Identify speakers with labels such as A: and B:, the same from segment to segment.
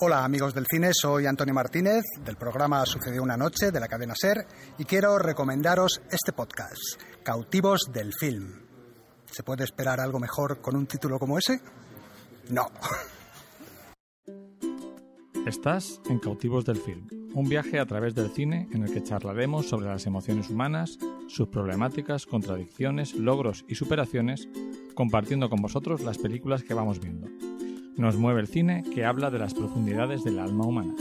A: Hola amigos del cine, soy Antonio Martínez del programa Sucedió una noche de la cadena Ser y quiero recomendaros este podcast, Cautivos del Film. ¿Se puede esperar algo mejor con un título como ese? No.
B: Estás en Cautivos del Film, un viaje a través del cine en el que charlaremos sobre las emociones humanas, sus problemáticas, contradicciones, logros y superaciones, compartiendo con vosotros las películas que vamos viendo. Nos mueve el cine que habla de las profundidades del alma humana.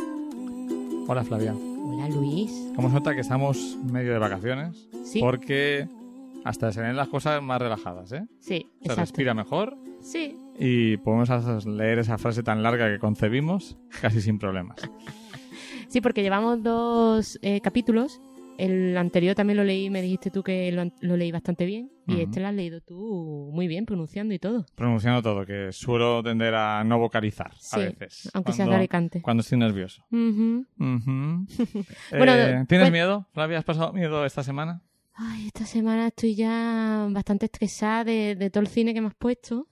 B: Hola Flavia.
C: Hola Luis.
B: ¿Cómo se nota que estamos medio de vacaciones?
C: Sí.
B: Porque hasta se ven las cosas más relajadas, ¿eh?
C: Sí,
B: Se
C: exacto.
B: respira mejor
C: Sí,
B: y podemos as- leer esa frase tan larga que concebimos casi sin problemas.
C: sí, porque llevamos dos eh, capítulos. El anterior también lo leí, me dijiste tú que lo, an- lo leí bastante bien. Y
B: Ujú.
C: este lo has leído tú muy bien, pronunciando y todo.
B: Pronunciando todo, que suelo tender a no vocalizar
C: Sí,
B: a veces.
C: aunque seas de
B: cuando,
C: Alicante.
B: cuando estoy nervioso.
C: Ujú.
B: Ujú. Eh,
C: Bueno,
B: ¿Tienes
C: cuen-
B: miedo? ¿Flavia, has pasado miedo esta semana?
C: Ay, esta semana estoy ya bastante estresada de, de todo el cine que me has puesto.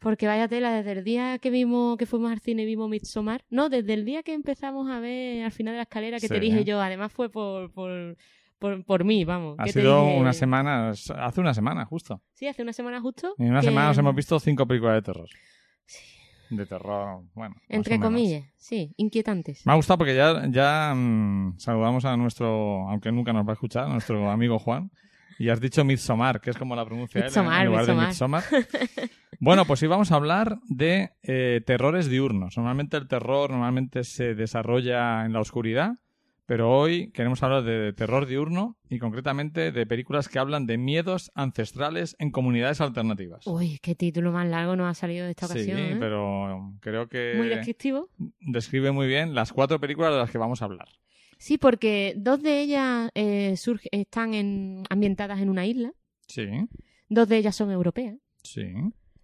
C: Porque vaya tela, desde el día que vimos, que fuimos al cine y vimos Midsommar. No, desde el día que empezamos a ver al final de la escalera que
B: Sí.
C: te dije yo. Además fue por, por, por, por mí, vamos.
B: Ha
C: que te
B: sido
C: dije-
B: una semana, hace una semana justo.
C: Sí, hace una semana justo.
B: En una
C: que-
B: semana nos hemos visto cinco películas de terror.
C: Sí.
B: De terror, bueno. más o
C: Entre
B: menos.
C: comillas, sí, inquietantes.
B: Me ha gustado porque ya, ya mm, saludamos a nuestro, aunque nunca nos va a escuchar, a nuestro amigo Juan. Y has dicho Midsommar, que es como la pronuncia él, en-
C: Midsommar,
B: en lugar de Midsommar. Bueno, pues hoy vamos a hablar de eh, terrores diurnos. Normalmente el terror normalmente se desarrolla en la oscuridad, pero hoy queremos hablar de terror diurno y concretamente de películas que hablan de miedos ancestrales en comunidades alternativas.
C: Uy, qué título más largo nos ha salido de esta
B: sí,
C: ocasión. ¿eh?
B: pero creo que
C: Muy descriptivo.
B: describe muy bien las cuatro películas de las que vamos a hablar.
C: Sí, porque dos de ellas eh, surge- están en- ambientadas en una isla.
B: Sí,
C: Dos de ellas son europeas.
B: sí,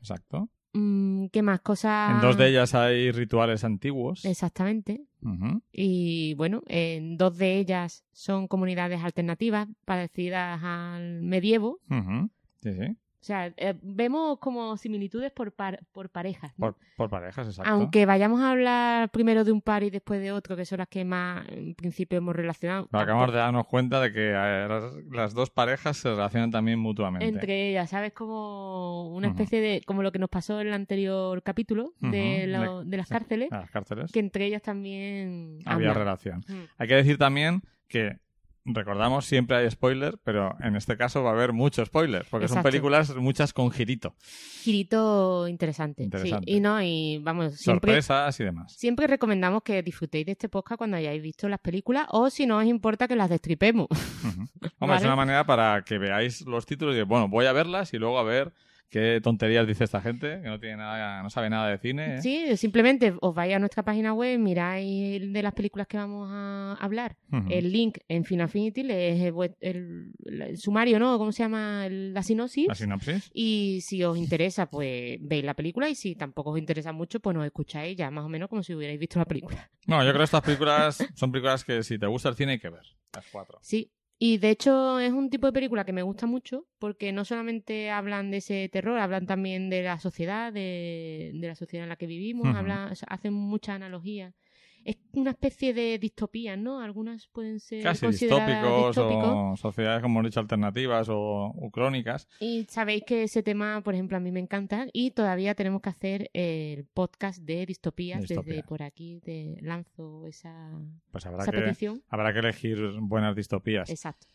B: exacto.
C: Mm, ¿Qué más cosas?
B: En dos de ellas hay rituales antiguos.
C: Exactamente.
B: Ujú.
C: Y bueno, en dos de ellas son comunidades alternativas parecidas al medievo.
B: Ujú. Sí, sí.
C: O sea, eh, vemos como similitudes por, par- por parejas. ¿no?
B: Por, por parejas, exacto.
C: Aunque vayamos a hablar primero de un par y después de otro, que son las que más en principio hemos relacionado.
B: Pero acabamos de darnos cuenta de que eh, las, las dos parejas se relacionan también mutuamente.
C: entre ellas, ¿sabes? Como una
B: Ujú.
C: especie de. como lo que nos pasó en el anterior capítulo de,
B: Ujú,
C: lo- de las
B: sí.
C: cárceles,
B: A las cárceles.
C: que entre ellas también.
B: Había
C: hablan.
B: relación.
C: Mm.
B: Hay que decir también que recordamos siempre hay spoiler, pero en este caso va a haber mucho spoiler, porque son
C: Exacto.
B: películas muchas con girito,
C: Girito interesante. sí.
B: Interesante.
C: Y no, y vamos, siempre.
B: sorpresas y demás.
C: Siempre recomendamos que disfrutéis de este podcast cuando hayáis visto las películas o si no os importa que las destripemos.
B: Ujú. Hombre, es
C: Vale.
B: una manera para que veáis los títulos y de, bueno, voy a verlas y luego a ver qué tonterías dice esta gente que no tiene nada, no sabe nada de cine. ¿eh?
C: Sí, simplemente os vais a nuestra página web, miráis el de las películas que vamos a hablar.
B: Ujú.
C: El link en Final Fantasy es el, vuest- el- el sumario, ¿no? ¿Cómo se llama? El- La sinopsis.
B: La sinopsis.
C: Y si os interesa, pues veis la película y si tampoco os interesa mucho, pues nos escucháis ya más o menos como si hubierais visto la película.
B: No, yo creo que estas películas son películas que si te gusta el cine hay que ver. Las cuatro.
C: Sí. Y de hecho es un tipo de película que me gusta mucho porque no solamente hablan de ese terror, hablan también de la sociedad, de, de la sociedad en la que vivimos,
B: Ujú.
C: hablan- o sea, hacen muchas analogías. Es una especie de distopías, ¿no? Algunas pueden ser
B: Casi
C: consideradas
B: distópicos
C: distópicos.
B: o sociedades, como hemos dicho, alternativas o, o crónicas.
C: Y sabéis que ese tema, por ejemplo, a mí me encanta y todavía tenemos que hacer el podcast de distopías
B: Distopía.
C: desde por aquí, de lanzo esa,
B: Pues habrá
C: esa
B: que,
C: petición.
B: habrá que elegir buenas distopías.
C: Exacto.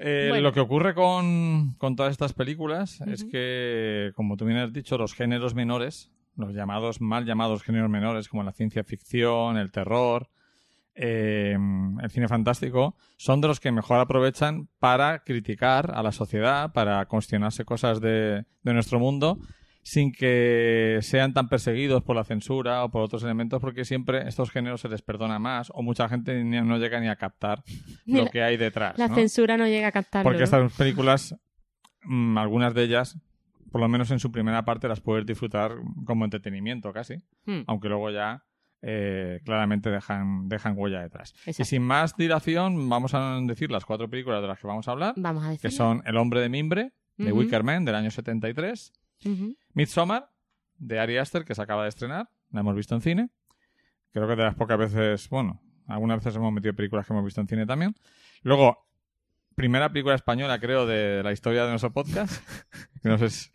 B: Eh,
C: Bueno.
B: Lo que ocurre con, con todas estas películas es
C: Ujú.
B: que, como tú bien has dicho, los géneros menores, los llamados, mal llamados géneros menores, como la ciencia ficción, el terror, eh, el cine fantástico, son de los que mejor aprovechan para criticar a la sociedad, para cuestionarse cosas de, de nuestro mundo, sin que sean tan perseguidos por la censura o por otros elementos, porque siempre estos géneros se les perdona más o mucha gente ni- no llega ni a captar
C: Ni
B: lo
C: la-
B: que hay detrás.
C: La
B: ¿no?
C: censura no llega a captarlo.
B: Porque
C: ¿no?
B: estas películas, mm, algunas de ellas, por lo menos en su primera parte, las puedes disfrutar como entretenimiento casi,
C: Hmm.
B: aunque luego ya eh, claramente dejan, dejan huella detrás.
C: Exacto.
B: Y sin más dilación, vamos a decir las cuatro películas de las que vamos a hablar,
C: Vamos a decir.
B: que son El hombre de mimbre, de
C: Ujú.
B: Wicker Man, del año 73, Midsommar, de Ari Aster, que se acaba de estrenar, la hemos visto en cine, Creo que de las pocas veces, bueno, algunas veces hemos metido películas que hemos visto en cine también. Luego, primera película española, creo, de la historia de nuestro podcast. Que no sé si-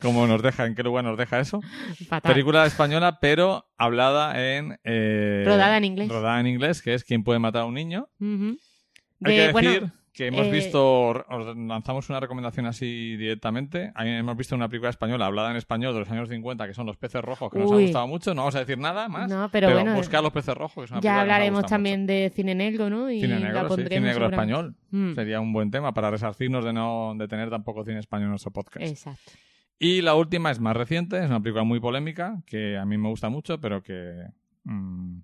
B: cómo nos deja, en qué lugar nos deja eso.
C: Fatal.
B: Película española, pero hablada en... eh,
C: Rodada en inglés.
B: Rodada en inglés, que es ¿Quién puede matar a un niño?
C: Ujú.
B: Hay que
C: De-
B: decir
C: bueno,
B: que hemos
C: eh,
B: visto, os lanzamos una recomendación así directamente. Ahí hemos visto una película española hablada en español de los años 50 que son Los peces rojos, que nos ha
C: Uy.
B: gustado mucho. No vamos a decir nada más.
C: No, pero bueno,
B: buscar Los peces rojos, que es una película que nos
C: ya
B: ha
C: hablaremos
B: gustado
C: también de cine negro, ¿no? Y
B: mucho. Cine
C: la
B: negro, sí,
C: pondremos
B: cine negro
C: seguramente.
B: español.
C: Mm,
B: Sería un buen tema para resarcirnos de no de tener tampoco cine español en nuestro podcast.
C: Exacto.
B: Y la última es más reciente, es una película muy polémica que a mí me gusta mucho, pero que mm,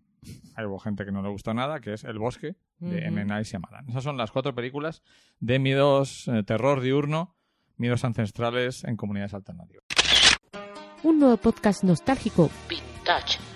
B: hay hubo gente que no le gustó nada, que es El bosque de
C: Ujú.
B: M. Night Shyamalan. Esas son las cuatro películas de miedos, eh, terror diurno, miedos ancestrales en comunidades alternativas.
C: Un nuevo podcast nostálgico,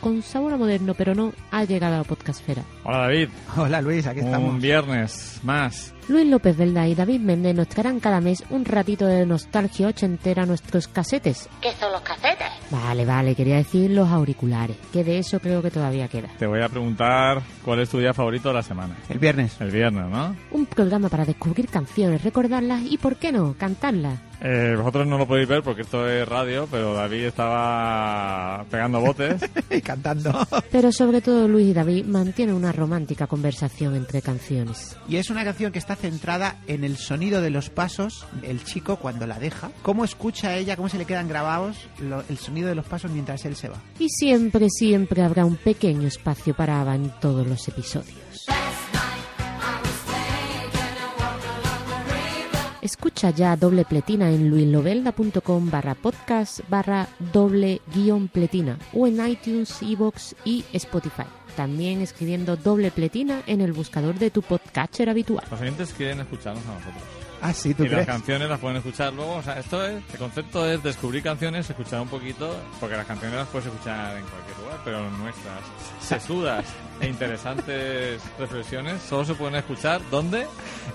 C: con sabor a moderno, pero no ha llegado a la podcastfera.
B: Hola David,
A: Hola Luis, aquí
B: un viernes más.
C: Luis López Velda y David Méndez nos traerán cada mes un ratito de nostalgia ochentera a nuestros casetes.
D: ¿Qué son los casetes?
C: Vale, vale, quería decir los auriculares, que de eso creo que todavía queda.
B: Te voy a preguntar cuál es tu día favorito de la semana.
A: El viernes.
B: El viernes, ¿no?
C: Un programa para descubrir canciones, recordarlas y, ¿por qué no?, cantarlas.
B: Eh, vosotros no lo podéis ver porque esto es radio, pero David estaba pegando botes.
A: Cantando.
E: Ah.
C: Pero sobre todo Luis y David mantienen una romántica conversación entre canciones.
E: Y es una canción que está centrada en el sonido de los pasos el chico cuando la deja. Cómo escucha ella, cómo se le quedan grabados lo- el sonido de los pasos mientras él se va.
C: Y siempre, siempre habrá un pequeño espacio para Ava en todos los episodios. Escucha ya doble pletina en luislovelda.com barra podcast barra doble guión pletina o en iTunes, Evox y Spotify. También escribiendo doble pletina en el buscador de tu podcatcher habitual.
B: Los oyentes quieren escucharnos a nosotros.
E: Ah, sí,
B: y las canciones las pueden escuchar luego. O sea, esto es, el concepto es descubrir canciones, escuchar un poquito, porque las canciones las puedes escuchar en cualquier lugar, pero nuestras sesudas e interesantes reflexiones solo se pueden escuchar ¿dónde?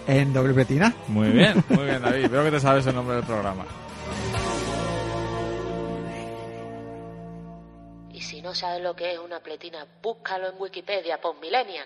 E: En doble petina.
B: Muy bien, muy bien, David. Veo que te sabes el nombre del programa.
D: Y si no sabes lo que es una pletina, búscalo en Wikipedia, pon Millennial.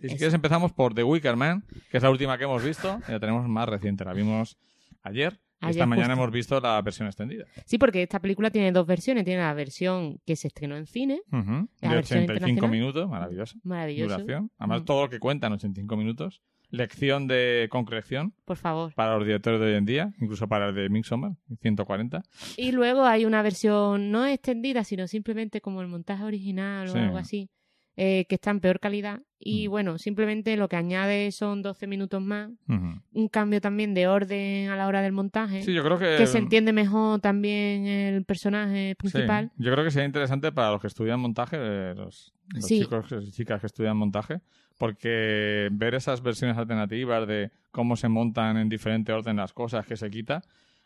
B: Y si quieres empezamos por The Wicker Man, que es la última que hemos visto, y la tenemos más reciente, la vimos ayer. y
C: Ayer
B: esta mañana
C: justo.
B: hemos visto la versión extendida.
C: Sí, porque esta película tiene dos versiones. Tiene la versión que se estrenó en cine,
B: Ujú.
C: La
B: De 85
C: versión internacional.
B: minutos, maravilloso.
C: maravilloso.
B: Duración. Además,
C: Mm.
B: todo lo que cuenta en 85 minutos. Lección de concreción
C: Por favor.
B: para los directores de hoy en día, incluso para el de Midsommar, 140.
C: Y luego hay una versión no extendida, sino simplemente como el montaje original o
B: Sí. Mm.
C: algo así, eh, que está en peor calidad. Y bueno, simplemente lo que añade son 12 minutos más.
B: Ujú.
C: Un cambio también de orden a la hora del montaje,
B: Sí, yo creo que...
C: que se entiende mejor también el personaje
B: sí.
C: principal.
B: Yo creo que sería interesante para los que estudian montaje, eh, los, los
C: Sí.
B: chicos y chicas que estudian montaje, porque ver esas versiones alternativas de cómo se montan en diferente orden las cosas, que se quita,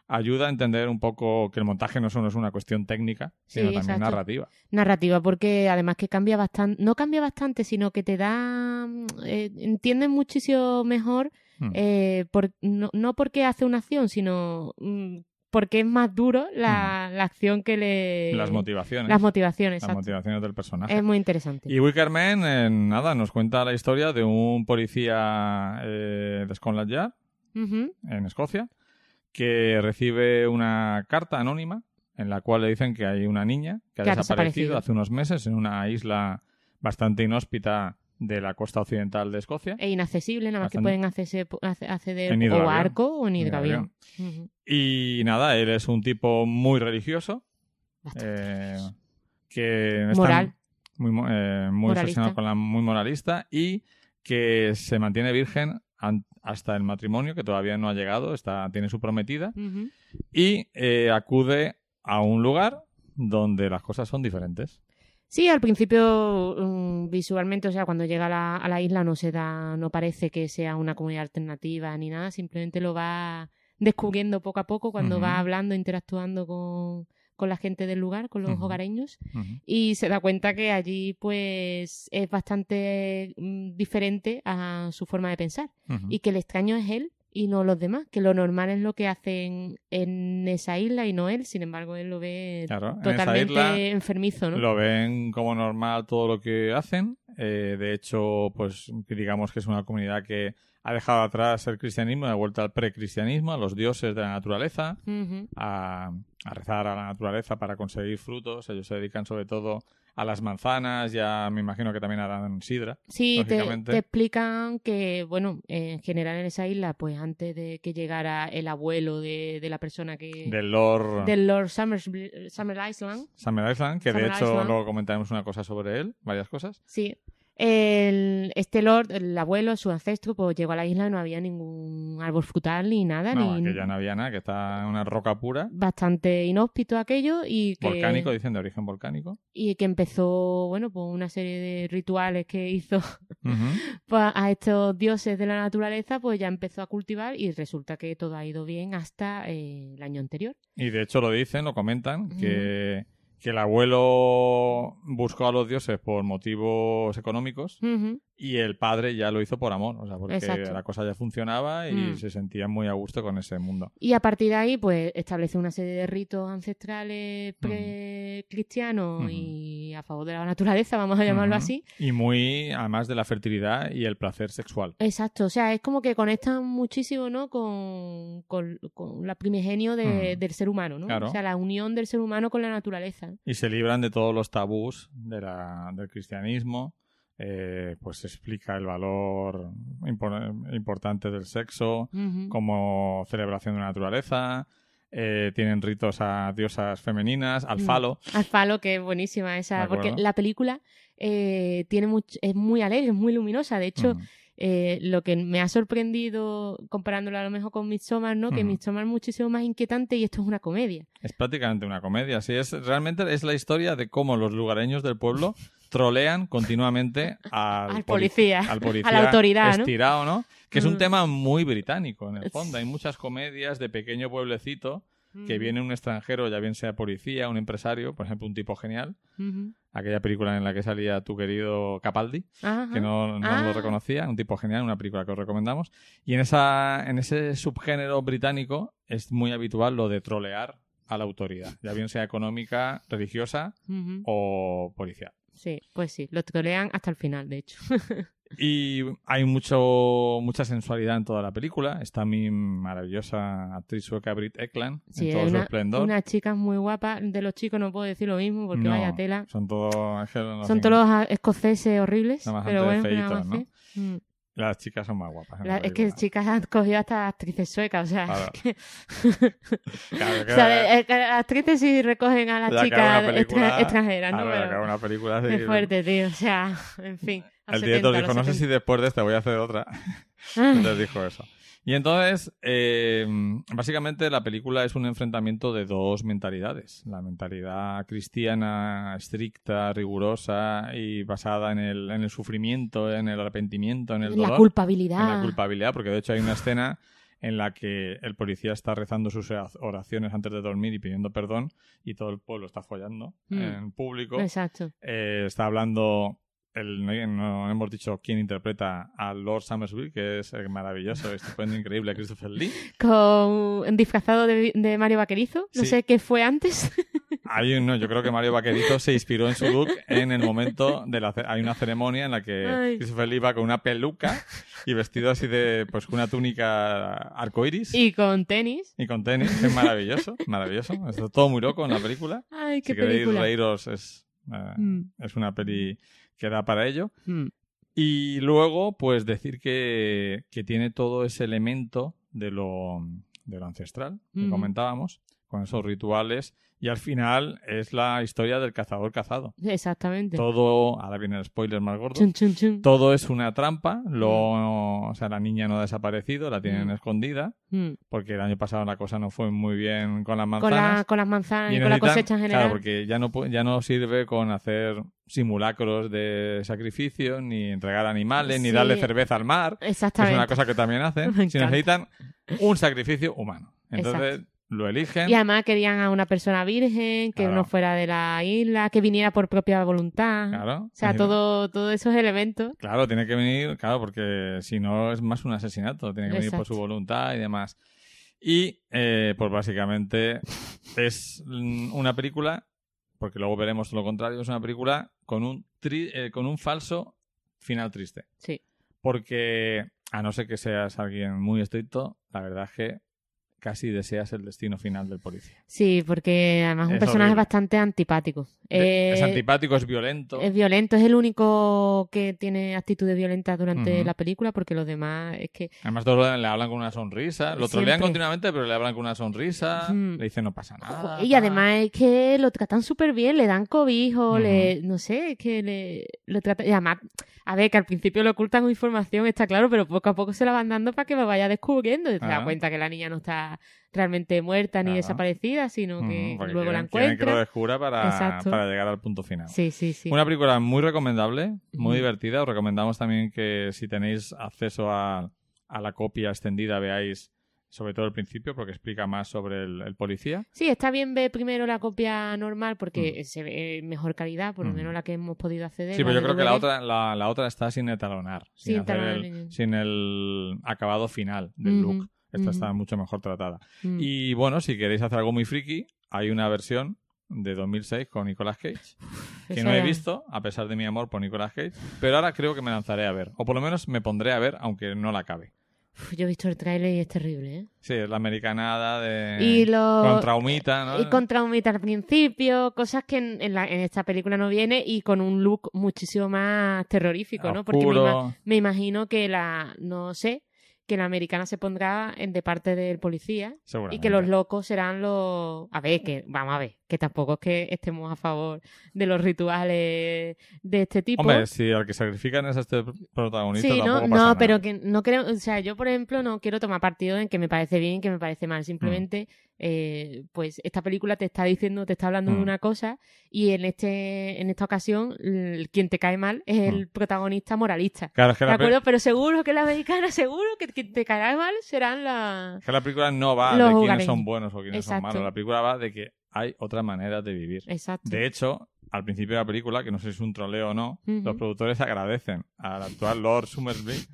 B: ayuda a entender un poco que el montaje no solo es una cuestión técnica,
C: Sí,
B: sino también
C: exacto.
B: narrativa.
C: narrativa, porque además que cambia bastante, no cambia bastante, sino que te da, mm, eh, entiendes muchísimo mejor,
B: Mm.
C: eh, por- no, no porque hace una acción, sino mm, porque es más duro la, la acción que le...
B: Mm. Las motivaciones.
C: Las
B: las
C: motivaciones, exacto.
B: motivaciones del personaje.
C: Es muy interesante.
B: Y Wicker Man, eh, nada, nos cuenta la historia de un policía eh, de Scotland Yard,
C: Ujú,
B: en Escocia, que recibe una carta anónima en la cual le dicen que hay una niña que ha,
C: Que ha
B: desaparecido,
C: desaparecido.
B: hace unos meses en una isla bastante inhóspita de la costa occidental de Escocia.
C: E inaccesible, nada más que
B: Bastante.
C: pueden hacerse, hace- acceder
B: En hidroavión.
C: o arco o en hidroavión. Ujú,
B: Y nada, él es un tipo muy religioso,
C: bastante.
B: eh, que está
C: Moral.
B: muy, mo- eh, muy
C: Moralista.
B: obsesionado con la muy moralista y que se mantiene virgen an- hasta el matrimonio que todavía no ha llegado, está, tiene su prometida
C: Ujú.
B: y eh, acude a un lugar donde las cosas son diferentes.
C: Sí, al principio mm, visualmente, o sea, cuando llega a la, a la isla no se da, no parece que sea una comunidad alternativa ni nada, simplemente lo va descubriendo poco a poco cuando
B: Ujú.
C: va hablando, interactuando con, con la gente del lugar, con los
B: Ujú.
C: hogareños, y se da cuenta que allí pues es bastante mm, diferente a su forma de pensar
B: Ujú.
C: y que el extraño es él y no los demás, que lo normal es lo que hacen en esa isla y no él, sin embargo él lo ve
B: Claro, en esa
C: totalmente
B: isla
C: enfermizo, ¿no?
B: Lo ven como normal todo lo que hacen. Eh, de hecho, pues digamos que es una comunidad que ha dejado atrás el cristianismo, de vuelta al precristianismo, a los dioses de la naturaleza,
C: Ujú.
B: a, a rezar a la naturaleza para conseguir frutos. Ellos se dedican sobre todo a las manzanas, ya me imagino que también harán sidra.
C: Sí, te,
B: lógicamente.
C: te explican que, bueno, en general en esa isla, pues antes de que llegara el abuelo de, de la persona que...
B: Del Lord
C: del Lord Summers, Summer Island,
B: Samuel Island, que
C: Samuel
B: de hecho
C: Island.
B: luego comentaremos una cosa sobre él, varias cosas.
C: sí. El, este Lord, el abuelo, su ancestro, pues llegó a la isla y no había ningún árbol frutal ni nada,
B: No,
C: ni
B: que ya no había nada, que está en una roca pura,
C: bastante inhóspito aquello y que...
B: volcánico, dicen de origen volcánico.
C: y que empezó, bueno, pues una serie de rituales que hizo
B: Ujú.
C: pa- a estos dioses de la naturaleza, pues ya empezó a cultivar y resulta que todo ha ido bien hasta eh, el año anterior.
B: Y de hecho lo dicen, lo comentan, que, que el abuelo buscó a los dioses por motivos económicos
C: Ujú.
B: y el padre ya lo hizo por amor, o sea, porque
C: Exacto.
B: la cosa ya funcionaba y
C: Mm.
B: se sentían muy a gusto con ese mundo.
C: Y a partir de ahí, pues establece una serie de ritos ancestrales precristianos
B: Ujú.
C: y a favor de la naturaleza, vamos a llamarlo
B: Ujú.
C: así.
B: Y muy, además de la fertilidad y el placer sexual.
C: Exacto, o sea, es como que conectan muchísimo, ¿no? Con, con, con la primigenio de-
B: Mm.
C: del ser humano, ¿no?
B: Claro.
C: O sea, la unión del ser humano con la naturaleza.
B: Y se libran de todos los tabús de la- del cristianismo. eh, pues se explica el valor impor- importante del sexo,
C: Ujú.
B: como celebración de la naturaleza, eh, tienen ritos a diosas femeninas, al
C: Mm.
B: falo.
C: Al falo, que es buenísima
B: De
C: esa,
B: acuerdo.
C: porque la película eh, tiene much- es muy alegre, es muy luminosa. De hecho,
B: Mm.
C: eh, lo que me ha sorprendido, comparándola a lo mejor con Midsommar, ¿no? Que
B: Ujú.
C: Midsommar es muchísimo más inquietante y esto es una comedia.
B: Es prácticamente una comedia. Sí, es, realmente es la historia de cómo los lugareños del pueblo trolean continuamente al,
C: Al
B: poli-
C: policía,
B: al policía
C: a la autoridad, ¿no?
B: estirado, ¿no? Que es un
C: Mm.
B: tema muy británico, en el fondo. Hay muchas comedias de pequeño pueblecito que
C: Mm.
B: viene un extranjero, ya bien sea policía, un empresario, por ejemplo, un tipo genial.
C: Ujú.
B: Aquella película en la que salía tu querido Capaldi.
C: Ajá.
B: que no, no lo
C: Ah.
B: reconocía, un tipo genial, una película que os recomendamos. Y en, esa, en ese subgénero británico es muy habitual lo de trolear a la autoridad, ya bien sea económica, religiosa
C: Ujú.
B: o policial.
C: Sí, pues sí, lo trolean hasta el final, de hecho.
B: Y hay mucho, mucha sensualidad en toda la película. Está mi maravillosa actriz sueca Brit Ekland
C: Sí,
B: en todo
C: hay
B: su
C: una-
B: esplendor.
C: unas chicas muy guapas, de los chicos no puedo decir lo mismo porque
B: No,
C: vaya tela.
B: Son todos es que los
C: Son
B: ingles-
C: todos los escoceses horribles,
B: Son bastante
C: pero bueno, ¿qué le vamos a
B: feitos, ¿no?
C: hacer? Mm.
B: Las chicas son más guapas. en
C: La-
B: la
C: es que
B: película.
C: chicas han cogido hasta actrices suecas, o sea,
B: Ah, Claro.
C: es que-
B: Claro,
C: o
B: que-
C: sea, de- eh, que las actrices sí recogen a las
B: Ya que
C: chicas
B: haga una
C: extra-
B: película-
C: extranjeras, ¿no?
B: Claro,
C: Pero
B: que una película
C: es
B: sí,
C: fuerte, tío, o sea, en fin. a
B: El
C: 70,
B: director
C: a
B: dijo,
C: los
B: no sé si
C: 70.
B: después de esta voy a hacer otra. Entonces dijo eso. Y entonces, eh, básicamente la película es un enfrentamiento de dos mentalidades. La mentalidad cristiana, estricta, rigurosa y basada en el, en el sufrimiento, en el arrepentimiento, en el dolor.
C: la
B: En la
C: culpabilidad.
B: culpabilidad, porque de hecho hay una escena en la que el policía está rezando sus oraciones antes de dormir y pidiendo perdón y todo el pueblo está follando
C: Mm.
B: en público.
C: Exacto.
B: Eh, está hablando, el, no, no hemos dicho quién interpreta a Lord Summersville, que es el maravilloso, estupendo, increíble Christopher Lee.
C: Con disfrazado de, de Mario Vaquerizo, no
B: Sí.
C: sé qué fue antes.
B: Hay un- no, yo creo que Mario Vaquerito se inspiró en su look en el momento de la... ce- Hay una ceremonia en la que
C: Ay.
B: Christopher Lee va con una peluca y vestido así de, pues, una túnica arcoiris.
C: y con tenis.
B: Y con tenis, es maravilloso, maravilloso. Está todo muy loco en la película.
C: Ay, qué
B: Si queréis
C: película.
B: reíros, es, eh,
C: Mm,
B: es una peli que da para ello.
C: mm.
B: Y luego, pues decir que, que tiene todo ese elemento de lo, de lo ancestral que
C: Ujú.
B: comentábamos, con esos rituales. Y al final es la historia del cazador cazado.
C: Exactamente.
B: Todo, ahora viene el spoiler más gordo.
C: Chun, chun, chun.
B: Todo es una trampa. Lo, o sea, la niña no ha desaparecido, la tienen
C: Mm.
B: escondida
C: Mm.
B: porque el año pasado la cosa no fue muy bien con las
C: Con, la-
B: manzanas.
C: con las manzanas Ah, y,
B: y
C: con la
B: necesitan-
C: cosecha en general.
B: Claro, porque ya no, pu- ya no sirve con hacer simulacros de sacrificio, ni entregar animales, ni
C: Sí.
B: darle cerveza al mar. que Es
C: Exactamente.
B: una cosa que también hacen.
C: Me
B: Si
C: encanta.
B: necesitan un sacrificio humano. Entonces, lo eligen.
C: Y además querían a una persona virgen, que
B: Claro.
C: no fuera de la isla, que viniera por propia voluntad.
B: Claro.
C: O sea, todo, todos esos elementos.
B: Claro, tiene que venir, claro, porque si no es más un asesinato, tiene que venir por
C: Exacto.
B: su voluntad y demás. Y, eh, pues básicamente es mm, una película, porque luego veremos lo contrario, es una película con un, tri- eh, con un falso final triste.
C: Sí.
B: Porque, a no ser que seas alguien muy estricto, la verdad es que casi deseas el destino final del policía.
C: Sí, porque además es un
B: Es
C: personaje
B: horrible.
C: bastante antipático.
B: De- es
C: Eh,
B: antipático, es violento.
C: Es violento, es el único que tiene actitudes violentas durante
B: Ujú.
C: la película, porque los demás es que
B: Además, todos le hablan con una sonrisa. Lo trolean
C: Siempre.
B: continuamente, pero le hablan con una sonrisa.
C: Ujú.
B: Le dicen, no pasa nada.
C: Y
B: tal".
C: además es que lo tratan súper bien, le dan cobijo,
B: Ujú.
C: le, no sé, es que le lo tratan... Y además, a ver, que al principio le ocultan información, está claro, pero poco a poco se la van dando para que me vaya descubriendo. Y te das
B: Ah.
C: cuenta que la niña no está realmente muerta ni
B: Ah.
C: desaparecida, sino
B: Ujú,
C: que
B: porque
C: luego la
B: quieren- quieren que lo
C: encuentran.
B: descubra para,
C: Exacto.
B: para llegar al punto final.
C: Sí, sí, sí.
B: Una película muy recomendable, muy
C: Ujú.
B: divertida. Os recomendamos también que si tenéis acceso a, a la copia extendida veáis sobre todo el principio porque explica más sobre el, el policía.
C: Sí, está bien ver primero la copia normal porque se ve mejor calidad, por lo
B: Mm. Ujú.
C: menos la que hemos podido acceder.
B: Sí, pero yo creo que la
C: DVD.
B: otra, la, la otra está sin etalonar, sin,
C: Sin
B: hacer
C: etalonar,
B: el,
C: ni-
B: sin el acabado final del
C: Ujú,
B: look. Esta está
C: ujú.
B: mucho mejor tratada.
C: Mm.
B: Y bueno, si queréis hacer algo muy friki, hay una versión de 2006 con Nicolas Cage, que
C: pues Esa
B: no he
C: era-
B: visto, a pesar de mi amor por Nicolas Cage, pero ahora creo que me lanzaré a ver, o por lo menos me pondré a ver, aunque no la acabe.
C: Uf, yo he visto el tráiler y es terrible, ¿eh?
B: Sí, es la americanada de...
C: y lo...
B: Con traumita, ¿no?
C: Y con traumita al principio, cosas que en, en la- en esta película no viene y con un look muchísimo más terrorífico, ¿no? Porque me,
B: Oscuro.
C: ima- me imagino que la, no sé, que la americana se pondrá en de parte del policía y
B: Seguramente.
C: que los locos serán los... A ver, que vamos a ver, que tampoco es que estemos a favor de los rituales de este tipo.
B: Hombre, si al que sacrifican es a este protagonista,
C: Sí,
B: tampoco
C: no,
B: pasa
C: no,
B: nada.
C: pero que no creo, o sea, yo por ejemplo no quiero tomar partido en que me parece bien, que me parece mal, simplemente eh, pues esta película te está diciendo, te está hablando
B: Mm.
C: de una cosa y en este en esta ocasión el- quien te cae mal es el protagonista moralista.
B: Claro, es Mm. que
C: ¿De
B: la, pe-
C: acuerdo? Pero seguro que la americana, seguro que quien te caerá mal serán la...
B: es que la película no va
C: Los
B: de quiénes
C: jugareños.
B: son buenos o quiénes son
C: Exacto.
B: malos. La película va de que hay otra manera de vivir.
C: Exacto.
B: De hecho, al principio de la película, que no sé si es un troleo o no,
C: Ujú.
B: los productores agradecen al actual Lord Summersby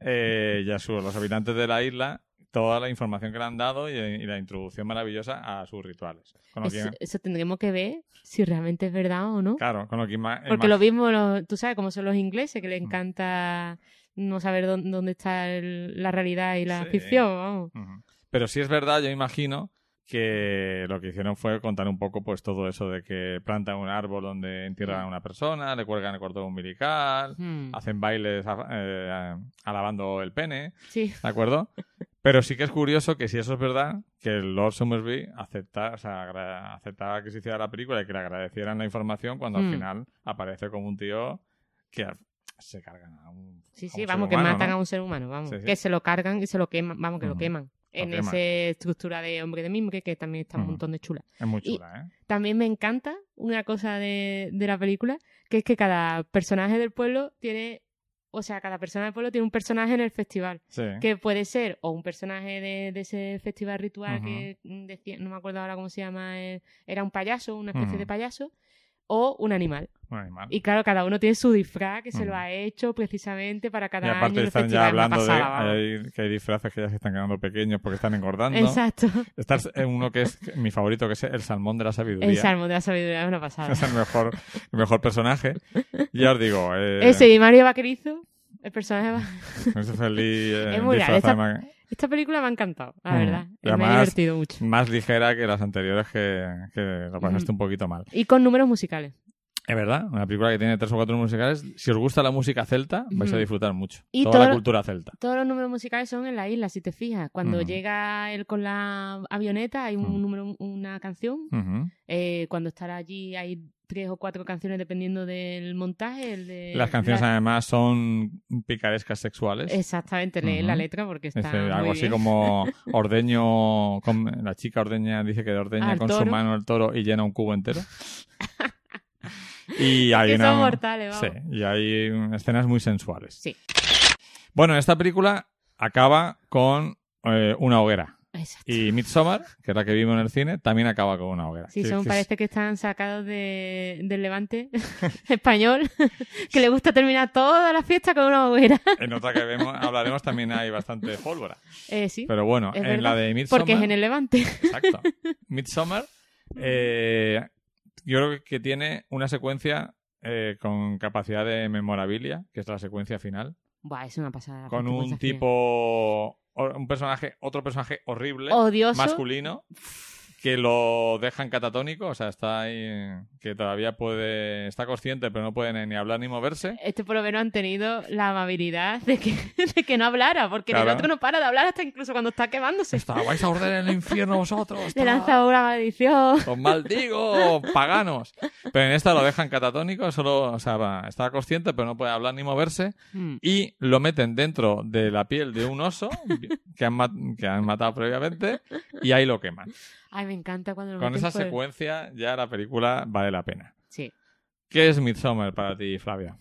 B: eh, y a su- los habitantes de la isla toda la información que le han dado y, y la introducción maravillosa a sus rituales. Con lo
C: Eso,
B: que-
C: eso tendremos que ver si realmente es verdad o no.
B: claro, con lo que ima-
C: Porque
B: imag-
C: lo mismo, lo- tú sabes cómo son los ingleses, que les
B: Mm.
C: encanta no saber dónde, dónde está el- la realidad y la
B: Sí.
C: ficción, vamos.
B: Ujú. Pero si es verdad, yo imagino que lo que hicieron fue contar un poco pues todo eso de que plantan un árbol donde entierran a una persona, le cuelgan el cordón umbilical,
C: Hmm.
B: hacen bailes a- eh, alabando el pene,
C: Sí,
B: ¿de acuerdo? Pero sí que es curioso que si eso es verdad, que el Lord Somersby acepta, o sea, agra- aceptaba que se hiciera la película y que le agradecieran la información cuando al
C: Mm.
B: final aparece como un tío que al- se cargan a un
C: sí,
B: a
C: sí,
B: un ser
C: vamos, que
B: humano,
C: matan
B: ¿no?
C: a un ser humano, vamos.
B: Sí, sí.
C: Que se lo cargan y se lo queman, vamos, que
B: Ujú.
C: lo queman.
B: Lo
C: en
B: queman.
C: esa estructura de hombre de mimbre, que también está un
B: Ujú.
C: montón de chula.
B: Es muy
C: y-
B: chula, ¿eh?
C: También me encanta una cosa de, de la película, que es que cada personaje del pueblo tiene, o sea, cada persona del pueblo tiene un personaje en el festival.
B: Sí.
C: que puede ser o un personaje de, de ese festival ritual
B: Ujú.
C: que mm, decía, no me acuerdo ahora cómo se llama, eh, era un payaso, una especie
B: Ujú.
C: de payaso, o un animal.
B: Un animal.
C: Y claro, cada uno tiene su disfraz que se lo
B: Ujú.
C: ha hecho precisamente para cada
B: Y
C: año.
B: aparte
C: en el
B: están ya
C: festival. Una
B: hablando de eh,
C: pasada, vamos.
B: hay- que hay disfraces que ya se están quedando pequeños porque están engordando.
C: Exacto.
B: Está en uno que es mi favorito, que es el salmón de la sabiduría.
C: El salmo de la sabiduría es una pasada.
B: es el mejor, el mejor personaje. Ya os digo, eh,
C: Ese y Mario Vaquerizo, el personaje va-
B: Christopher Lee, eh,
C: Es muy grande,
B: disfrazado
C: está-
B: de ma-
C: Esta película me ha encantado, la
B: Ujú.
C: verdad.
B: Y
C: me ha
B: además-
C: divertido mucho.
B: más ligera que las anteriores que, que lo pasaste un poquito mal.
C: Y con números musicales.
B: Es verdad, una película que tiene tres o cuatro musicales. Si os gusta la música celta, vais a
C: Ujú.
B: disfrutar mucho.
C: Y
B: Toda la
C: todo-
B: cultura celta.
C: Todos los números musicales son en la isla, si te fijas. Cuando
B: Ujú. Mm.
C: llega él con la avioneta hay un
B: Ujú.
C: número, una canción.
B: Ujú.
C: Eh, cuando estará allí hay tres o cuatro canciones dependiendo del montaje. el de-
B: Las canciones
C: Eh, la-
B: además son picarescas sexuales.
C: Exactamente, lee
B: Ujú.
C: la letra porque está
B: Es decir,
C: muy
B: algo así
C: bien.
B: como ordeño, con- la chica ordeña, dice que ordeña
C: Al
B: con su
C: toro.
B: mano el toro y llena un cubo entero. y hay
C: que
B: una-
C: son mortales, vamos.
B: sí, y hay mm, escenas muy sensuales.
C: Sí.
B: Bueno, esta película acaba con eh, una hoguera.
C: Exacto.
B: Y Midsommar, que es la que vimos en el cine, también acaba con una hoguera.
C: Sí,
B: Que-
C: son,
B: que es-
C: parece que están sacados de, del levante español, que le gusta terminar toda la fiesta con una hoguera.
B: En otra que vemos, hablaremos también hay bastante pólvora.
C: Eh, sí,
B: Pero bueno,
C: es
B: en
C: verdad,
B: la de Midsommar...
C: porque es en el levante.
B: Exacto. Midsommar, eh, yo creo que tiene una secuencia eh, con capacidad de memorabilia, que es la secuencia final,
C: Buah, es una pasada.
B: con
C: Fíjate cómo
B: un
C: se hacía.
B: tipo, o- un personaje, otro personaje horrible,
C: odioso.
B: masculino, que lo dejan catatónico, o sea, está ahí, eh, que todavía puede, está consciente, pero no puede ni hablar ni moverse.
C: Este por lo menos han tenido la amabilidad de que, de que no hablara, porque el
B: Claro.
C: otro no para de hablar hasta incluso cuando está quemándose.
B: Está, vais a ordenar el infierno vosotros.
C: Le
B: tal.
C: lanza una maldición.
B: Os maldigo, paganos. Pero en esta lo dejan catatónico, solo, o sea, va- está consciente, pero no puede hablar ni moverse.
C: Mm.
B: Y lo meten dentro de la piel de un oso que han, mat- que han matado previamente y ahí lo queman.
C: Ay, me encanta cuando lo
B: Con
C: meten
B: esa
C: por el-
B: secuencia ya la película vale la pena.
C: Sí.
B: ¿Qué es Midsommar para ti, Flavia?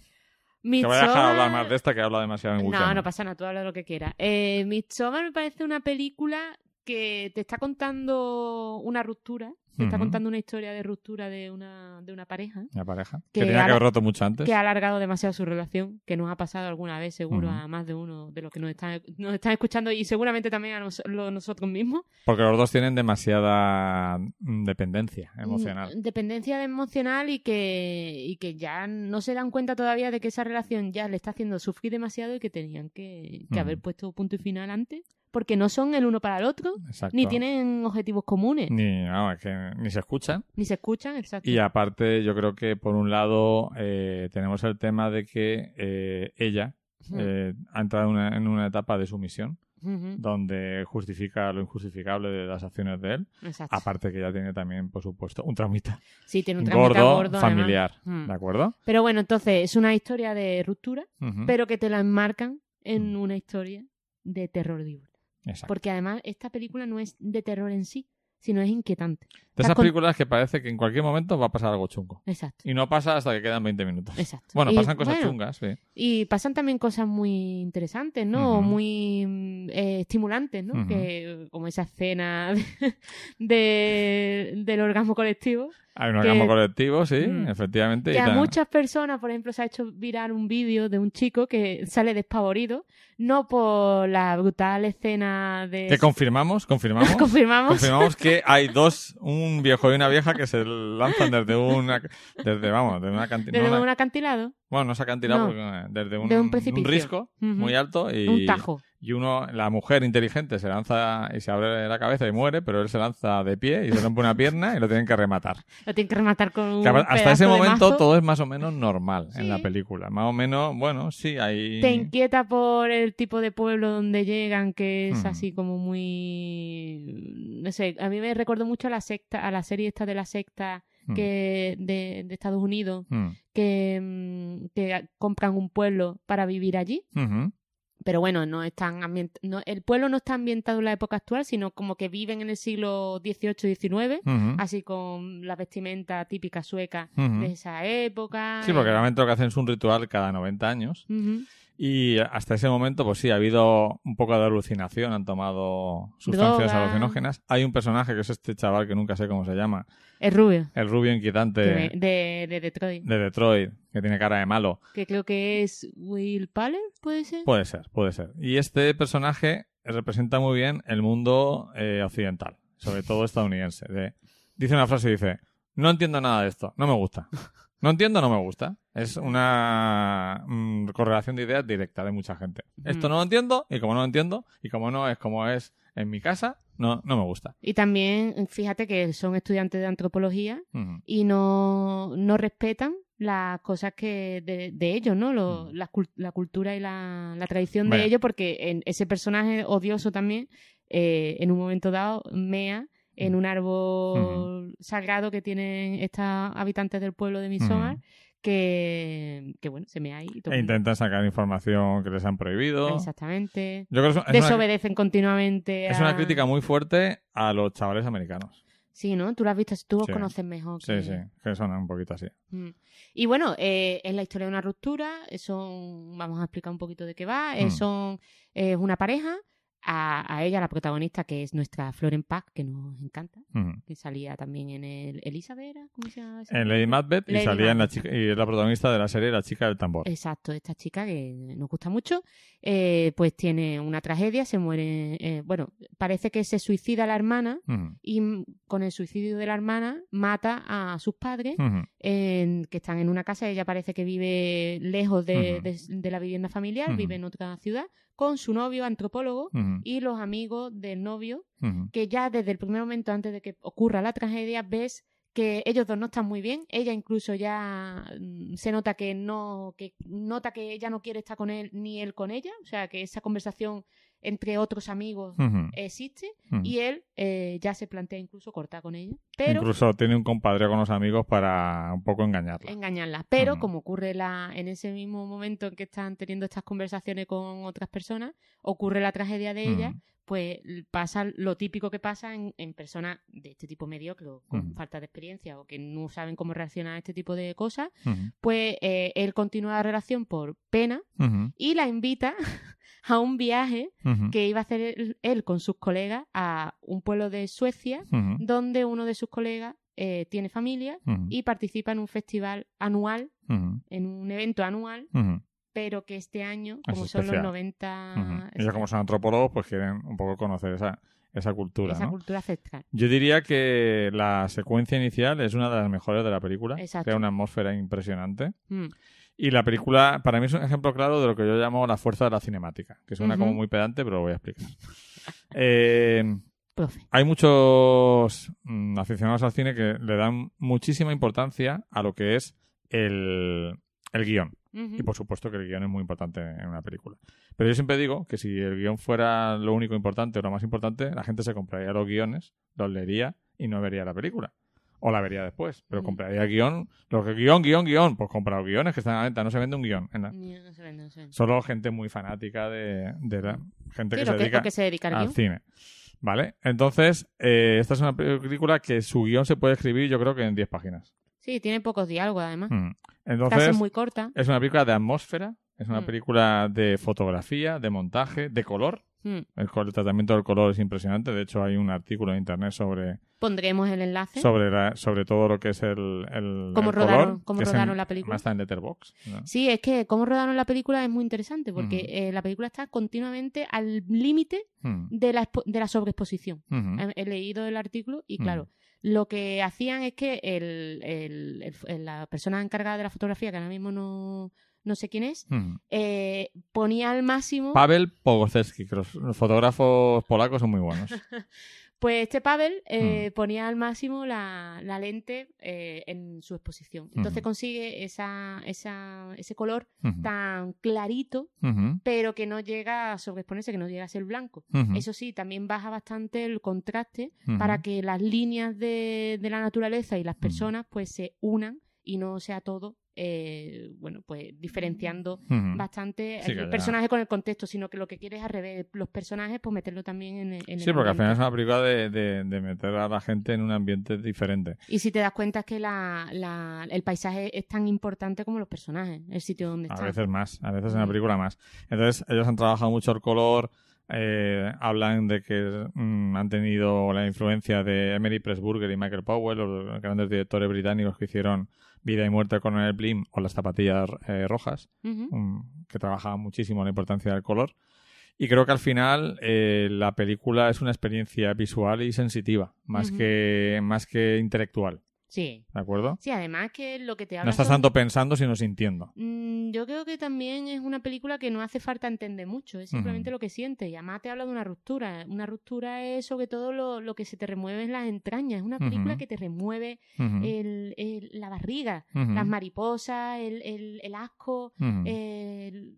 B: Te voy a dejar
C: Midsommar-
B: hablar más de esta que habla demasiado en
C: No,
B: Weekend.
C: no pasa nada, tú hablas lo que quieras. Eh, Midsommar me parece una película que te está contando una ruptura, te está
B: Ujú.
C: contando una historia de ruptura de una, de una pareja
B: La pareja.
C: Que
B: Que, tenía que
C: ahora-
B: haber roto mucho antes.
C: que ha alargado demasiado su relación, que nos ha pasado alguna vez seguro
B: Ujú.
C: a más de uno de los que nos están, nos están escuchando y seguramente también a nos- lo- nosotros mismos.
B: Porque los dos tienen demasiada mm, dependencia emocional.
C: Mm, Dependencia de emocional y que, y que ya no se dan cuenta todavía de que esa relación ya le está haciendo sufrir demasiado y que tenían que, que
B: Ujú.
C: haber puesto punto y final antes, porque no son el uno para el otro.
B: Exacto.
C: Mm, Ni tienen objetivos comunes, ni,
B: Ni, vamos, es que ni se escuchan.
C: se escuchan, exacto.
B: Y aparte, yo creo que por un lado eh, tenemos el tema de que eh, ella
C: Mm,
B: eh, ha entrado en una- en una etapa de sumisión
C: mhm,
B: donde justifica lo injustificable de las acciones de él.
C: exacto.
B: Aparte que ella tiene también, por supuesto, un tramita
C: Sí, tiene un trámite
B: gordo,
C: gordo, además.
B: familiar.
C: Mm.
B: ¿De acuerdo?
C: Pero bueno, entonces es una historia de ruptura,
B: Ujú.
C: pero que te la enmarcan en
B: Mm.
C: una historia de terror diurno.
B: Exacto.
C: Porque además esta película no es de terror en sí, sino es inquietante.
B: De esas
C: pues, con-
B: películas que parece que en cualquier momento va a pasar algo chungo.
C: Exacto.
B: Y no pasa hasta que quedan 20 minutos.
C: Exacto.
B: Bueno,
C: Y,
B: pasan cosas
C: bueno,
B: chungas, sí.
C: Y pasan también cosas muy interesantes, ¿no?
B: Ujú.
C: Muy mm, eh, estimulantes, ¿no?
B: Ujú.
C: que, como esa escena de- de- del orgasmo colectivo.
B: Hay un
C: que-
B: orgasmo colectivo, sí,
C: Mm.
B: efectivamente. y
C: Que a
B: tal.
C: muchas personas, por ejemplo, se ha hecho viral un vídeo de un chico que sale despavorido, no por la brutal escena de...
B: Que confirmamos, confirmamos.
C: confirmamos.
B: Confirmamos que hay dos, un viejo y una vieja que se lanzan desde una, desde vamos, desde una cantina.
C: Desde un acantilado,
B: Bueno, no se han tirado
C: No.
B: eh, desde un,
C: De un precipicio.
B: risco
C: Ujú.
B: muy alto y,
C: un tajo.
B: y uno, la mujer inteligente se lanza y se abre la cabeza y muere, pero él se lanza de pie y se rompe una pierna y lo tienen que rematar.
C: Lo tienen que rematar con un
B: Que hasta
C: pedazo
B: ese
C: de
B: momento
C: mazo.
B: todo es más o menos normal en la
C: Sí.
B: película. Más o menos, bueno, sí, hay...
C: Te inquieta por el tipo de pueblo donde llegan, que es
B: Hmm.
C: así como muy... No sé, a mí me recuerdo mucho a la secta, a la serie esta de la secta
B: Mm,
C: que de, de Estados Unidos,
B: mm,
C: que, mm, que compran un pueblo para vivir allí.
B: Mm. ujú.
C: pero bueno, no están ambient- no, el pueblo no está ambientado en la época actual, sino como que viven en el siglo XVIII XIX,
B: Ujú.
C: así con la vestimenta típica sueca
B: Ujú.
C: de esa época.
B: Sí, porque realmente lo que hacen es un ritual cada 90 años.
C: Ujú.
B: Y hasta ese momento, pues sí, ha habido un poco de alucinación, han tomado sustancias
C: Droga.
B: alucinógenas. Hay un personaje que es este chaval que nunca sé cómo se llama,
C: Es rubio,
B: el rubio
C: que me-
B: inquietante
C: de, de Detroit,
B: de Detroit, que tiene cara de malo.
C: que creo que es Will Paler, ¿puede ser?
B: Puede ser, puede ser. Y este personaje representa muy bien el mundo eh, occidental, sobre todo estadounidense. De- dice una frase y dice, no entiendo nada de esto, no me gusta. No entiendo, no me gusta. Es una mm, correlación de ideas directa de mucha gente. Esto
C: Mm.
B: no lo entiendo y como no lo entiendo y como no es como es en mi casa, no, no me gusta.
C: Y también, fíjate que son estudiantes de antropología
B: Ujú.
C: y no, no respetan las cosas que de, de ellos, ¿no? Lo-
B: Mm.
C: la, cul- la cultura y la, la tradición
B: Vaya.
C: de ellos, porque en ese personaje odioso también, eh, en un momento dado, mea en
B: Mm.
C: un árbol sagrado que tienen estos habitantes del pueblo de Midsommar,
B: Ujú.
C: que, que, bueno, se mea ahí. y todo
B: E
C: el mundo-
B: intentan sacar información que les han prohibido.
C: Exactamente.
B: Yo creo que es una- es una,
C: Desobedecen continuamente.
B: es
C: a-
B: una crítica muy fuerte a los chavales americanos.
C: Sí, ¿no? Tú lo has visto, tú los
B: Sí.
C: conoces mejor.
B: Sí,
C: que-
B: sí, que son un poquito así.
C: Mm. Y bueno, eh, es la historia de una ruptura, eh, son, vamos a explicar un poquito de qué va, eh,
B: Mm.
C: son eh, una pareja a, a ella, la protagonista, que es nuestra Floren Pack, que nos encanta,
B: Mm.
C: que salía también en el Elizabeth, ¿era? ¿cómo se llama? esa?
B: En Lady Macbeth y
C: Lady
B: salía en la chica, y es la protagonista de la serie La chica del tambor.
C: Exacto, esta chica que nos gusta mucho, eh, pues tiene una tragedia, se muere, eh, bueno, parece que se suicida la hermana
B: Ujú,
C: y mm, con el suicidio de la hermana mata a sus padres
B: ujú,
C: en- que están en una casa, ella parece que vive lejos de,
B: Ujú.
C: de- de la vivienda familiar,
B: Ujú.
C: vive en otra ciudad, con su novio antropólogo
B: ujú,
C: y los amigos del novio,
B: ujú.
C: que ya desde el primer momento antes de que ocurra la tragedia ves que ellos dos no están muy bien, ella incluso ya mm, se nota que no, que nota que ella no quiere estar con él ni él con ella, o sea que esa conversación entre otros amigos
B: Ujú,
C: existe
B: ujú.
C: y él eh, ya se plantea incluso cortar con ella, pero
B: Incluso tiene un compadre con los amigos para un poco engañarla.
C: engañarlas. Pero
B: Ujú.
C: como ocurre la, en ese mismo momento en que están teniendo estas conversaciones con otras personas, ocurre la tragedia de ella,
B: Ujú.
C: pues l- pasa lo típico que pasa en, en personas de este tipo mediocre, o con
B: Ujú.
C: falta de experiencia o que no saben cómo reaccionar a este tipo de cosas,
B: Ujú,
C: pues eh, él continúa la relación por pena
B: ujú,
C: y la invita a un viaje
B: ujú,
C: que iba a hacer él- él con sus colegas a un pueblo de Suecia
B: ujú,
C: donde uno de sus colegas eh, tiene familia
B: ujú,
C: y participa en un festival anual,
B: ujú,
C: en un evento anual,
B: ujú.
C: pero que este año, como son los
B: especial.
C: 90,
B: Ujú. Ellos
C: esa-
B: como son antropólogos, pues quieren un poco conocer esa, esa cultura,
C: esa
B: ¿no?
C: cultura ancestral.
B: Yo diría que la secuencia inicial es una de las mejores de la película.
C: Exacto.
B: Crea una atmósfera impresionante.
C: Mm,
B: Y la película, para mí, es un ejemplo claro de lo que yo llamo la fuerza de la cinemática. Que suena como
C: Ujú.
B: muy pedante, pero lo voy a explicar. Eh,
C: profe.
B: hay muchos mm, aficionados al cine que le dan muchísima importancia a lo que es el, el guión.
C: Ujú.
B: Y por supuesto que el guión es muy importante en una película. Pero yo siempre digo que si el guión fuera lo único importante o lo más importante, la gente se compraría los guiones, los leería y no vería la película. O la vería después, pero
C: Mm.
B: compraría el guión. Los que guión, guión, guión, pues compra los guiones que están a la venta, no se vende un guión. en la-
C: Ni- no se vende, no se vende.
B: Solo gente muy fanática de, de la gente
C: Sí,
B: que se
C: lo que,
B: dedica
C: lo que se dedica al
B: al
C: guión.
B: cine. ¿Vale? Entonces, eh, esta es una película que su guión se puede escribir, yo creo que en 10 páginas.
C: Sí, tiene pocos diálogos, además.
B: Mm.
C: Frases
B: Entonces,
C: muy cortas.
B: es una película de atmósfera, es una
C: Mm.
B: película de fotografía, de montaje, de color.
C: Mm.
B: El, co- el tratamiento del color es impresionante. De hecho, hay un artículo en internet sobre,
C: Pondremos el enlace.
B: sobre, la- sobre todo lo que es el, el,
C: Cómo
B: el
C: rodaron-
B: color.
C: cómo
B: que es en-
C: rodaron la película.
B: además está en Letterboxd. ¿no?
C: Sí, es que cómo rodaron la película es muy interesante, porque
B: Ujú.
C: eh, la película está continuamente al límite
B: Mm.
C: de la, expo- de la sobreexposición.
B: Ujú.
C: He- He leído el artículo y
B: Mm.
C: claro, lo que hacían es que el, el- el- el- la persona encargada de la fotografía, que ahora mismo no, no sé quién es,
B: Mm.
C: eh, ponía al máximo,
B: Pavel Pogorzelski, que los, los fotógrafos polacos son muy buenos.
C: pues este Pavel eh, ponía al máximo la, la lente eh, en su exposición.
B: Mm.
C: Entonces consigue esa, esa, ese color
B: Ujú.
C: tan clarito,
B: Ujú.
C: pero que no llega a sobreexponerse, que no llega a ser blanco.
B: Ujú.
C: Eso sí, también baja bastante el contraste
B: Ujú.
C: para que las líneas de, de la naturaleza y las personas pues se unan y no sea todo, eh, bueno, pues diferenciando
B: Ujú.
C: bastante
B: Sí, que
C: el
B: ya-
C: personaje con el contexto, sino que lo que quieres es al revés, los personajes pues meterlo también en, el- en el
B: Sí, porque al final es
C: ambiente.
B: una película de, de- de meter a la gente en un ambiente diferente.
C: Y si te das cuenta es que la, la- el paisaje es tan importante como los personajes, el sitio donde
B: A
C: están.
B: veces más, a veces en la
C: Ujú.
B: película más. Entonces, ellos han trabajado mucho el color, eh, hablan de que mm, han tenido la influencia de Emery Pressburger y Michael Powell, los grandes directores británicos que hicieron Vida y Muerte con el Blim o Las Zapatillas eh, Rojas.
C: Ujú.
B: mm, que trabaja muchísimo la importancia del color. Y creo que al final eh, la película es una experiencia visual y sensitiva, más,
C: Ujú.
B: que, más que intelectual,
C: Sí.
B: ¿de acuerdo?
C: Sí, además que lo que te habla
B: No estás
C: son-
B: tanto pensando, sino sintiendo.
C: Mm, Yo creo que también es una película que no hace falta entender mucho, es simplemente
B: Ujú.
C: lo que sientes. Y además te habla de una ruptura. Una ruptura es sobre todo lo, lo que se te remueve en las entrañas. Es una película
B: Ujú.
C: que te remueve
B: Ujú,
C: el- el- la barriga,
B: ujú,
C: Eh, las mariposas, el, el- el asco,
B: ujú.
C: el-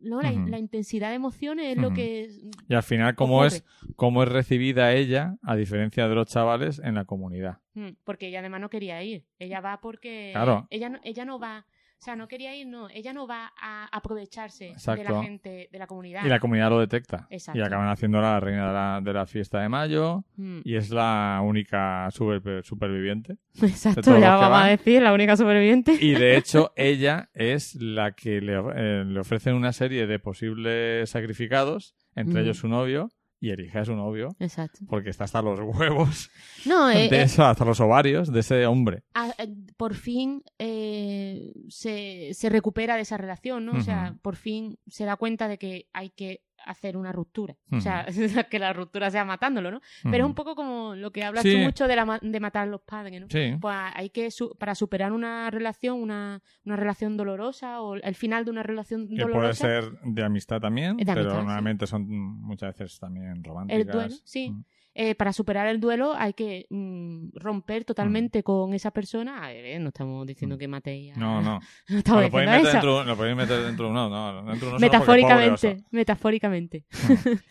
C: no, la,
B: Ujú.
C: la intensidad de emociones es lo
B: Ujú.
C: que...
B: Y al final, ¿cómo
C: ocurre.
B: es, ¿cómo es recibida ella, a diferencia de los chavales, en la comunidad?
C: Mm, Porque ella además no quería ir. Ella va porque...
B: Claro.
C: Ella no, ella no va... O sea, no quería ir, no. Ella no va a aprovecharse de
B: Exacto.
C: la gente, de la comunidad.
B: Y la comunidad lo detecta.
C: Exacto.
B: Y acaban haciéndola la reina de la, de la fiesta de mayo
C: Mm.
B: y es la única supervi- superviviente. de
C: Exacto,
B: todos
C: ya
B: los que
C: vamos a
B: van.
C: decir, la única superviviente.
B: Y de hecho, ella es la que le, eh, le ofrecen una serie de posibles sacrificados entre
C: Ujú.
B: ellos su novio, y erige a su novio,
C: Exacto.
B: porque está hasta los huevos,
C: No, eh,
B: de
C: eh,
B: eso, hasta los ovarios de ese hombre.
C: a- eh, por fin eh, se, se recupera de esa relación, ¿no? O sea,
B: Ujú.
C: por fin se da cuenta de que hay que hacer una ruptura. O sea, que la ruptura sea matándolo, ¿no? Pero
B: Mm.
C: es un poco como lo que hablas
B: Sí.
C: tú mucho de, la ma- de matar a los padres, ¿no?
B: Sí.
C: Pues hay que, su- para superar una relación, una, una relación dolorosa o el final de una relación
B: Que puede
C: dolorosa,
B: ser de amistad también,
C: De
B: pero
C: amistad, sí.
B: normalmente son muchas veces también románticas.
C: el duelo, sí.
B: Mm.
C: Eh, para superar el duelo hay que mm, romper totalmente con esa persona. A ver, eh, no estamos diciendo
B: Mm.
C: que matéis a...
B: No, no.
C: No
B: No,
C: estamos
B: lo podéis
C: diciendo
B: meter
C: eso.
B: dentro, lo podéis meter dentro de uno, no, dentro de uno solo porque pobre oso.
C: Metafóricamente, metafóricamente.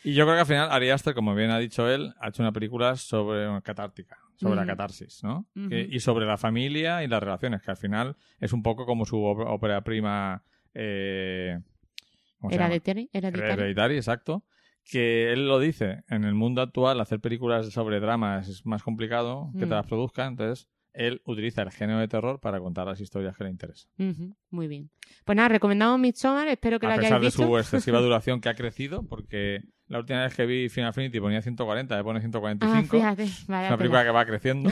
B: Y yo creo que al final Ari Aster, como bien ha dicho él, ha hecho una película sobre catártica, sobre la
C: Ujú.
B: catarsis, ¿no?
C: Mm. Ujú.
B: Que- y sobre la familia y las relaciones, que al final es un poco como su op- ópera prima. Eh, ¿cómo se
C: Era
B: llama?
C: de Terry, era de Terry.
B: Hereditary, exacto. Que él lo dice, en el mundo actual hacer películas sobre dramas es más complicado que te
C: Mm.
B: las produzcan, entonces él utiliza el género de terror para contar las historias que le interesan.
C: Ujú, Muy bien. Pues nada, recomendamos Midsommar, espero que
B: A
C: la
B: pesar
C: hayáis
B: de
C: visto.
B: su excesiva duración que ha crecido, porque la última vez que vi Final Fantasy ponía 140, le pone
C: Ah,
B: 145.
C: fíjate,
B: es
C: vaya
B: una
C: tela.
B: película que va creciendo.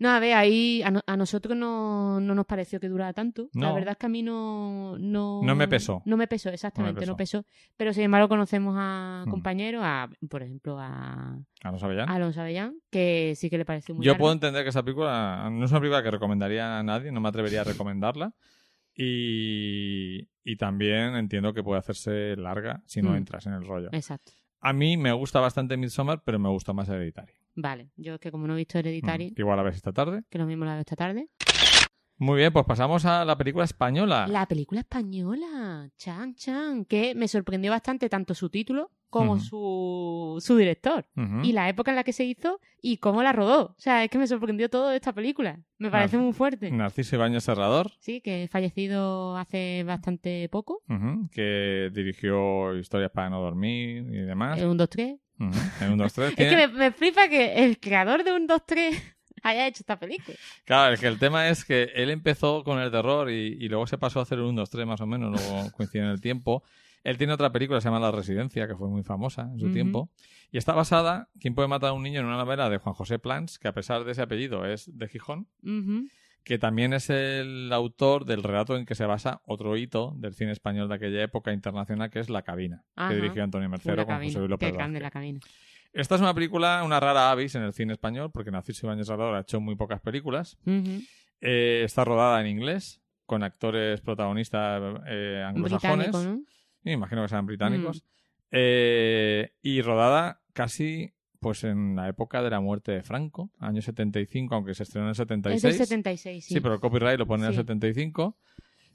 C: No, a ver, ahí a, no- a nosotros no, no nos pareció que durara tanto. La
B: No.
C: verdad es que a mí no... No,
B: No me pesó.
C: No me pesó, exactamente,
B: No
C: no
B: me
C: pesó. Pero sin embargo conocemos a
B: Mm.
C: compañeros, a, por ejemplo,
B: A
C: a
B: ah, no saber ya.
C: a Alonso Avellán, que sí que le pareció Ah, muy
B: Yo
C: larga.
B: puedo entender que esa película no es una película que recomendaría a nadie, no me atrevería a recomendarla. Y, y también entiendo que puede hacerse larga si no
C: Mm.
B: entras en el rollo.
C: Exacto.
B: A mí me gusta bastante Midsommar, pero me gusta más Hereditary.
C: Vale, yo es que como no he visto
B: Mm.
C: Hereditary,
B: Igual a ver esta tarde.
C: que lo mismo la veo esta tarde,
B: Muy bien, pues pasamos a la película española.
C: La película española, Chan Chan, que me sorprendió bastante tanto su título como
B: Ujú. Mm.
C: su, su director.
B: Ujú.
C: Y la época en la que se hizo y cómo la rodó. O sea, es que me sorprendió todo de esta película. Me parece
B: Vale.
C: muy fuerte.
B: Narciso Ibañez Serrador,
C: Sí, que he fallecido hace bastante poco.
B: ujú, que dirigió Historias para no dormir y demás.
C: El 1, 2, 3.
B: Ujú, En un, dos, tres.
C: Eh, Es que
B: Ah, Tiene-
C: me, me flipa que el creador de 1, 2, 3 haya hecho esta película.
B: Claro, es que el tema es que él empezó con el terror y, y luego se pasó a hacer el 1, 2, 3 más o menos, luego coincidió en el tiempo. Él tiene otra película, se llama La Residencia, que fue muy famosa en su
C: Ujú.
B: tiempo. Y está basada, ¿Quién puede matar a un niño? en una novela de Juan José Plans, que a pesar de ese apellido es de Gijón,
C: Ujú.
B: que también es el autor del relato en que se basa otro hito del cine español de aquella época internacional, que es La Cabina,
C: Ajá.
B: que dirigió Antonio
C: Uy, la
B: Mercero con José
C: cabina.
B: Luis López
C: Qué grande
B: Vázquez.
C: la cabina.
B: Esta es una película, una rara avis en el cine español, porque Narciso Ibáñez Salvador ha hecho muy pocas películas.
C: Ujú.
B: Eh, está rodada en inglés, con actores protagonistas eh, anglosajones.
C: Británico, ¿no? Mm.
B: Me imagino que sean británicos. Eh, y rodada casi pues en la época de la muerte de Franco, año 75, aunque se estrenó en el
C: Es
B: 76.
C: del 76, sí.
B: Sí, pero el copyright lo pone en el
C: Sí.
B: 75.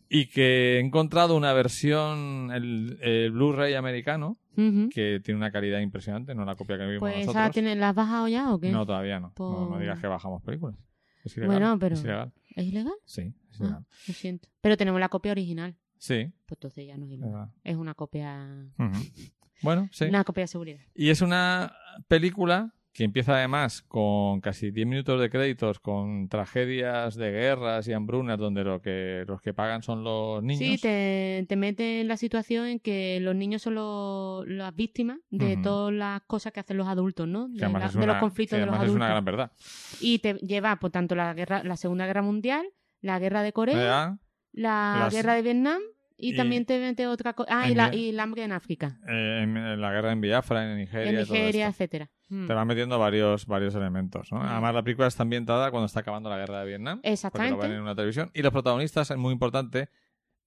B: Y que he encontrado una versión, el, el Blu-ray americano,
C: Ujú.
B: que tiene una calidad impresionante, no la copia que vimos
C: Pues
B: nosotros.
C: ¿la tiene- ¿la has bajado ya o qué?
B: No, todavía no. No, no
C: Por-
B: digas que bajamos películas. Es ilegal.
C: Bueno, pero-
B: Es ilegal.
C: ¿Es ilegal?
B: Sí, es
C: Ah,
B: ilegal.
C: lo siento. Pero tenemos la copia original.
B: Sí,
C: Pues entonces ya no es
B: es
C: ilegal.
B: verdad.
C: Es una copia.
B: Ujú. Bueno, Ah. sí.
C: Una copia de seguridad.
B: Y es una película que empieza además con casi 10 minutos de créditos, con tragedias de guerras y hambrunas, donde lo que, los que pagan son los niños.
C: Sí, te, te mete en la situación en que los niños son los- las víctimas de
B: Ujú.
C: todas las cosas que hacen los adultos, ¿no?
B: que
C: De,
B: además
C: la-
B: es
C: de
B: una-
C: los conflictos
B: que
C: de los
B: además
C: adultos.
B: es una gran verdad.
C: Y te lleva, por tanto, la guerra, la Segunda Guerra Mundial, la guerra de Corea,
B: ¿Verdad? Eh,
C: la
B: ah, las-
C: guerra de Vietnam
B: y-
C: y, también te mete otra cosa. Ah, y,
B: en
C: la,
B: el-
C: y el hambre en África,
B: Eh, en, en la guerra en Biafra, en Nigeria,
C: en
B: y todo
C: Nigeria,
B: esto.
C: etcétera. Mm.
B: Te van metiendo varios, varios elementos. ¿no?
C: Mm.
B: Además, la película está ambientada cuando está acabando la guerra de Vietnam. Porque lo
C: Exactamente.
B: ven en una televisión. Y los protagonistas, es muy importante,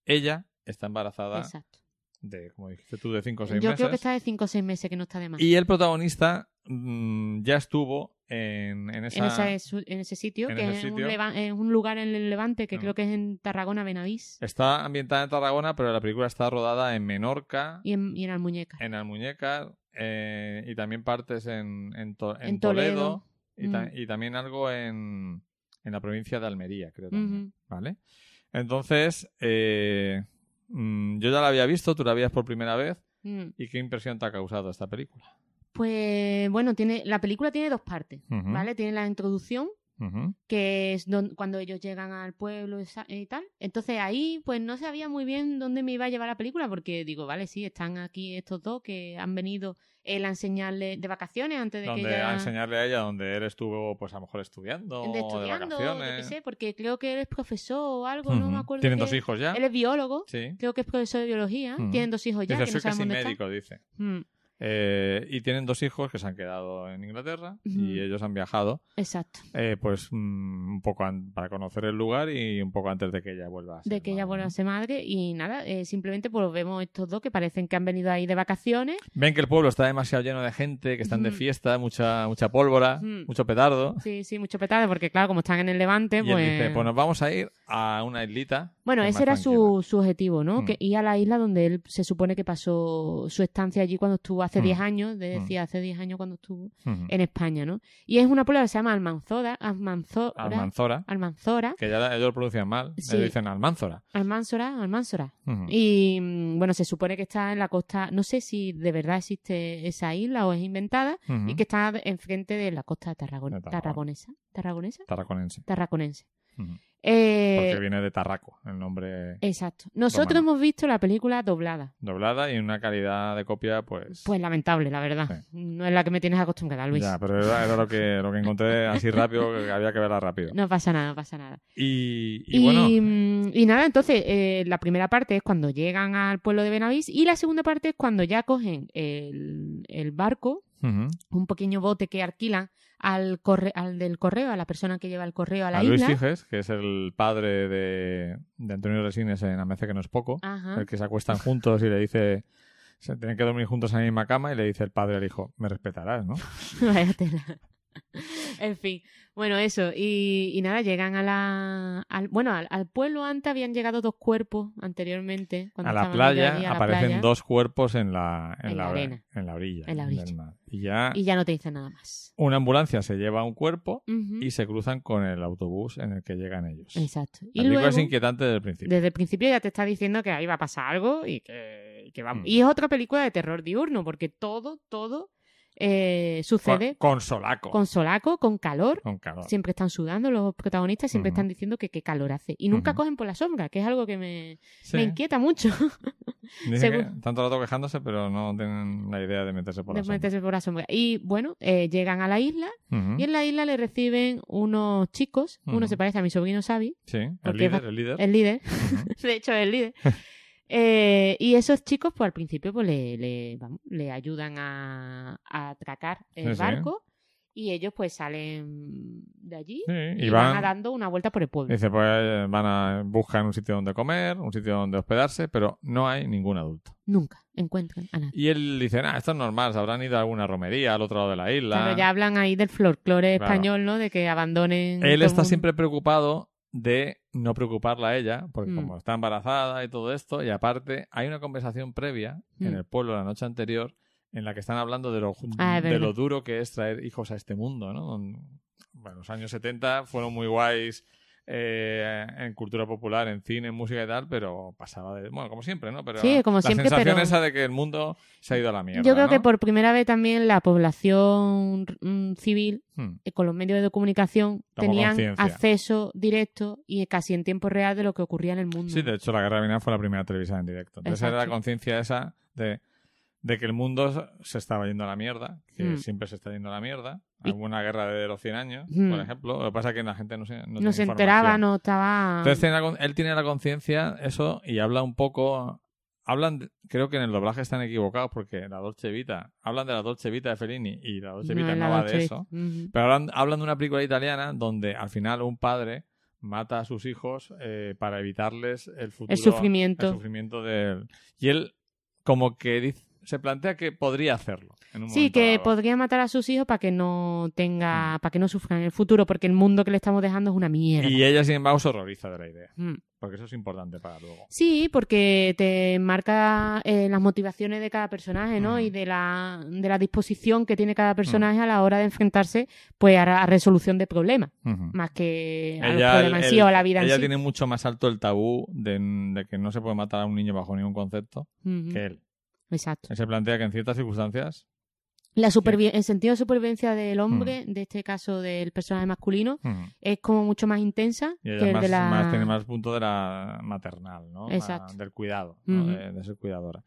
B: ella está embarazada
C: Exacto.
B: de, como dijiste tú, de 5 o
C: Yo
B: 6 meses.
C: creo que está de 5 o 6 meses, que no está de más.
B: Y el protagonista mm, ya estuvo en, en esa...
C: en, ese, su- en ese sitio,
B: en
C: que
B: ese
C: es, Un
B: sitio.
C: leva- es un lugar en el Levante, que
B: Mm.
C: creo que es en Tarragona, Benavís,
B: Está ambientada en Tarragona, pero la película está rodada en Menorca,
C: y en, y en Almuñeca.
B: en Almuñécar eh, y también partes en, en, To- en
C: En
B: Toledo,
C: Toledo.
B: y, ta-
C: Mm.
B: y también algo en, en la provincia de Almería, creo. También,
C: Ujú.
B: ¿Vale? Entonces, eh, mm, yo ya la había visto, tú la veías por primera vez.
C: Mm.
B: ¿Y qué impresión te ha causado esta película?
C: Pues bueno, tiene la película tiene dos partes,
B: Ujú.
C: ¿vale? Tiene la introducción,
B: Ujú.
C: que es don- cuando ellos llegan al pueblo y sa- y tal. Entonces ahí pues no sabía muy bien dónde me iba a llevar la película porque digo, vale, sí, están aquí estos dos que han venido él a enseñarle de vacaciones antes de que
B: Donde
C: ella...
B: a enseñarle a ella donde él estuvo, pues a lo mejor estudiando,
C: de estudiando,
B: de
C: yo qué
B: vacaciones.
C: sé, porque creo que él es profesor o algo, no
B: Ujú.
C: me acuerdo.
B: Tienen
C: qué-
B: dos hijos ya.
C: Él es biólogo,
B: Sí.
C: creo que es profesor de biología,
B: Ujú.
C: tienen dos hijos ya,
B: Dice,
C: que
B: soy
C: no
B: casi
C: saben dónde
B: médico, dice.
C: están. Mm,
B: Eh, y tienen dos hijos que se han quedado en Inglaterra y
C: Ujú.
B: ellos han viajado,
C: exacto,
B: eh, pues mm, un poco an- para conocer el lugar y un poco antes de que ella vuelva a ser
C: de que ella
B: madre,
C: vuelva
B: ¿no?
C: a ser madre y nada, eh, simplemente pues vemos estos dos que parecen que han venido ahí de vacaciones.
B: Ven que el pueblo está demasiado lleno de gente, que están de
C: Ujú.
B: fiesta, mucha, mucha pólvora,
C: Ujú.
B: mucho petardo.
C: Sí, sí, mucho petardo, porque claro, como están en el Levante,
B: Y él dice,
C: pues...
B: pues nos vamos a ir a una islita.
C: Bueno,
B: que es
C: ese era
B: más tranquila".
C: su, su objetivo, ¿no?
B: Mm.
C: Que ir a la isla donde él se supone que pasó su estancia allí cuando estuvo hace
B: Mm.
C: 10 años, de-
B: Mm.
C: decía hace 10 años cuando estuvo
B: Ujú.
C: en España, ¿no? Y es una puebla que se llama Almanzora, Almanzora,
B: Almanzora,
C: Almanzora,
B: que ya ellos lo pronuncian mal,
C: Sí.
B: le dicen Almanzora.
C: Almanzora, Almanzora.
B: Ujú.
C: Y mm, bueno, se supone que está en la costa, no sé si de verdad existe esa isla o es inventada,
B: Ujú.
C: y que está enfrente de la costa tarragon-
B: Mm. De Tarragona.
C: tarragonesa, tarragonesa,
B: Tarraconense.
C: tarraconense.
B: Ujú.
C: Eh,
B: Porque viene de Tarraco, el nombre
C: Exacto. Nosotros
B: Romano.
C: hemos visto la película doblada.
B: doblada y una calidad de copia, pues.
C: Pues lamentable, la verdad. No es la que me tienes acostumbrada, Luis.
B: Ya, pero era, era lo, que, lo que encontré así rápido, que había que verla rápido.
C: No pasa nada, no pasa nada.
B: Y, y
C: Y,
B: bueno,
C: mm, y nada, entonces, eh, la primera parte es cuando llegan al pueblo de Benavís y la segunda parte es cuando ya cogen el, el barco,
B: ujú,
C: un pequeño bote que alquilan al, corre- al del correo, a la persona que lleva el correo a la
B: a Luis
C: isla.
B: Figes, que es el padre de, de Antonio Resines en Amece, que no es poco,
C: Ajá.
B: el que se acuestan juntos y le dice. Se tienen que dormir juntos en la misma cama y le dice el padre al hijo, me respetarás, ¿no?
C: Vaya tela. En fin, bueno, eso. Y, y nada, llegan a la. Al, bueno, al, al pueblo antes habían llegado dos cuerpos anteriormente. cuando
B: a la
C: estaban ellos
B: playa
C: allí, a la
B: aparecen
C: playa,
B: dos cuerpos en la, en
C: En
B: la,
C: la arena.
B: en la orilla.
C: En la
B: del
C: orilla.
B: mar. Y ya
C: Y ya no te dicen nada más.
B: una ambulancia se lleva un cuerpo
C: Ujú.
B: y se cruzan con el autobús en el que llegan ellos.
C: Exacto.
B: La
C: Y
B: película
C: luego,
B: es inquietante desde el principio.
C: desde el principio ya te está diciendo que ahí va a pasar algo y que, y que vamos.
B: Mm.
C: Y es otra película de terror diurno, porque todo, todo eh,
B: Con,
C: sucede
B: con solaco. Con,
C: con solaco, con calor.
B: calor.
C: Siempre están sudando los protagonistas, siempre
B: Ujú.
C: están diciendo que qué calor hace. Y nunca
B: Ujú.
C: cogen por la sombra, que es algo que me,
B: Sí.
C: me inquieta mucho.
B: Dicen que
C: según-
B: están todo el rato quejándose, pero no tienen la idea de meterse por la
C: de
B: sombra.
C: meterse por la sombra. Y bueno, eh, llegan a la isla
B: Ujú.
C: y en la isla le reciben unos chicos. Uno
B: Ujú.
C: se parece a mi sobrino Xavi,
B: Sí, el
C: porque
B: líder,
C: va- eh,
B: el líder.
C: el líder.
B: Ujú.
C: de hecho, es el líder. Eh, y esos chicos, pues al principio, pues le, le, vamos, le ayudan a, a atracar el
B: Sí, sí.
C: barco. Y ellos pues salen de allí
B: Sí,
C: y van, a dando una vuelta por el pueblo.
B: Dice, pues eh, van a buscar un sitio donde comer, un sitio donde hospedarse, pero no hay ningún adulto.
C: Nunca encuentran a nadie.
B: Y él dice, ah, esto es normal, se habrán ido a alguna romería al otro lado de la isla.
C: Claro, ya hablan ahí del folclore
B: Claro.
C: español, ¿no? De que abandonen. todo el
B: Él está
C: mundo.
B: siempre preocupado de no preocuparla a ella, porque
C: Mm.
B: como está embarazada y todo esto, y aparte hay una conversación previa en
C: Mm.
B: el pueblo la noche anterior en la que están hablando de lo, ju-
C: Ah, es
B: de lo
C: verdad.
B: duro que es traer hijos a este mundo, ¿no? Don- Bueno, los años 70 fueron muy guays eh, en cultura popular, en cine, en música y tal, pero pasaba de... Bueno, como siempre, ¿no? Pero
C: Sí, como
B: la
C: siempre,
B: sensación
C: pero-
B: esa de que el mundo se ha ido a la mierda,
C: Yo creo que
B: ¿no?
C: por primera vez también la población mm, civil
B: Hmm.
C: eh, con los medios de comunicación
B: Tomó
C: tenían
B: conciencia.
C: acceso directo y eh, casi en tiempo real de lo que ocurría en el mundo.
B: Sí, de hecho, la guerra Vietnam fue la primera televisión en directo. Entonces era la
C: Exacto.
B: conciencia esa de, de que el mundo se estaba yendo a la mierda, que
C: Mm.
B: siempre se está yendo a la mierda.
C: Y-
B: Hubo una guerra de los 100 años,
C: Mm.
B: por ejemplo. Lo que pasa es que la gente no se, no
C: no
B: tenía
C: se
B: información.
C: enteraba, no estaba...
B: Entonces tiene la con- él tiene la conciencia, eso, y habla un poco... Hablan, de- creo que en el doblaje están equivocados porque la Dolce Vita, hablan de la Dolce Vita de Fellini y la Dolce Vita
C: es
B: pues, no,
C: la
B: va
C: Dolce
B: de
C: Vita.
B: eso.
C: Ujú.
B: Pero hablan, hablan de una película italiana donde al final un padre mata a sus hijos eh, para evitarles el futuro.
C: El sufrimiento.
B: El sufrimiento del. Y él, como que dice- se plantea que podría hacerlo. en un
C: Sí,
B: momento
C: que
B: dado.
C: podría matar a sus hijos para que no tenga, para que no sufran en el futuro, porque el mundo que le estamos dejando es una mierda.
B: Mm. Y ella, sin embargo, se horroriza de la idea.
C: Mm.
B: Porque eso es importante para luego.
C: Sí, porque te marca eh, las motivaciones de cada personaje, ¿no?
B: Ujú. Mm.
C: Y de la, de la disposición que tiene cada personaje a la hora de enfrentarse, pues, a la resolución de problemas, más que a los problemas en sí
B: el-
C: o a la vida en
B: ella
C: sí.
B: tiene mucho más alto el tabú de, de que no se puede matar a un niño bajo ningún concepto
C: Ujú.
B: que él.
C: Exacto.
B: Él se plantea que en ciertas circunstancias
C: La supervi- el sentido de supervivencia del hombre,
B: Mm.
C: de este caso del personaje masculino,
B: Hmm.
C: es como mucho más intensa
B: Y
C: que
B: ella
C: el
B: más,
C: de la...
B: más- tiene más punto de la maternal, ¿no?
C: Exacto.
B: Ma- del cuidado, ¿no?
C: Ujú.
B: de, de ser cuidadora.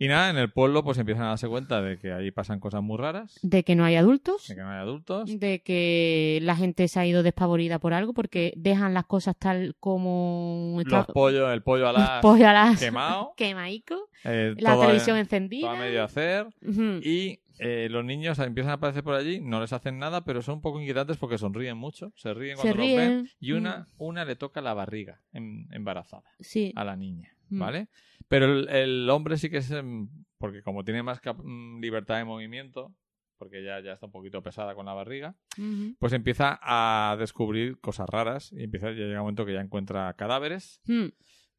B: Y nada, en el pueblo pues empiezan a darse cuenta de que ahí pasan cosas muy raras, de
C: De que no hay adultos,
B: que no hay adultos.
C: de que la gente se ha ido despavorida por algo porque dejan las cosas tal como...
B: Los pollos, el pollo
C: Los
B: alas
C: pollos a las-
B: quemado,
C: quemaico,
B: eh,
C: la
B: todo,
C: televisión
B: todo
C: encendida. Mm.
B: a medio hacer.
C: Ujú.
B: Y eh, los niños empiezan a aparecer por allí, no les hacen nada, pero son un poco inquietantes porque sonríen mucho, se ríen
C: Se
B: cuando los ven.
C: ríen. Mm.
B: Y una, una le toca la barriga em- embarazada.
C: Sí,
B: a la niña,
C: Mm.
B: ¿vale? Pero el, el hombre sí que es, em, porque como tiene más cap- mm, libertad de movimiento, porque ya, ya está un poquito pesada con la barriga,
C: Ujú.
B: pues empieza a descubrir cosas raras y empieza, ya llega un momento que ya encuentra cadáveres,
C: Mm.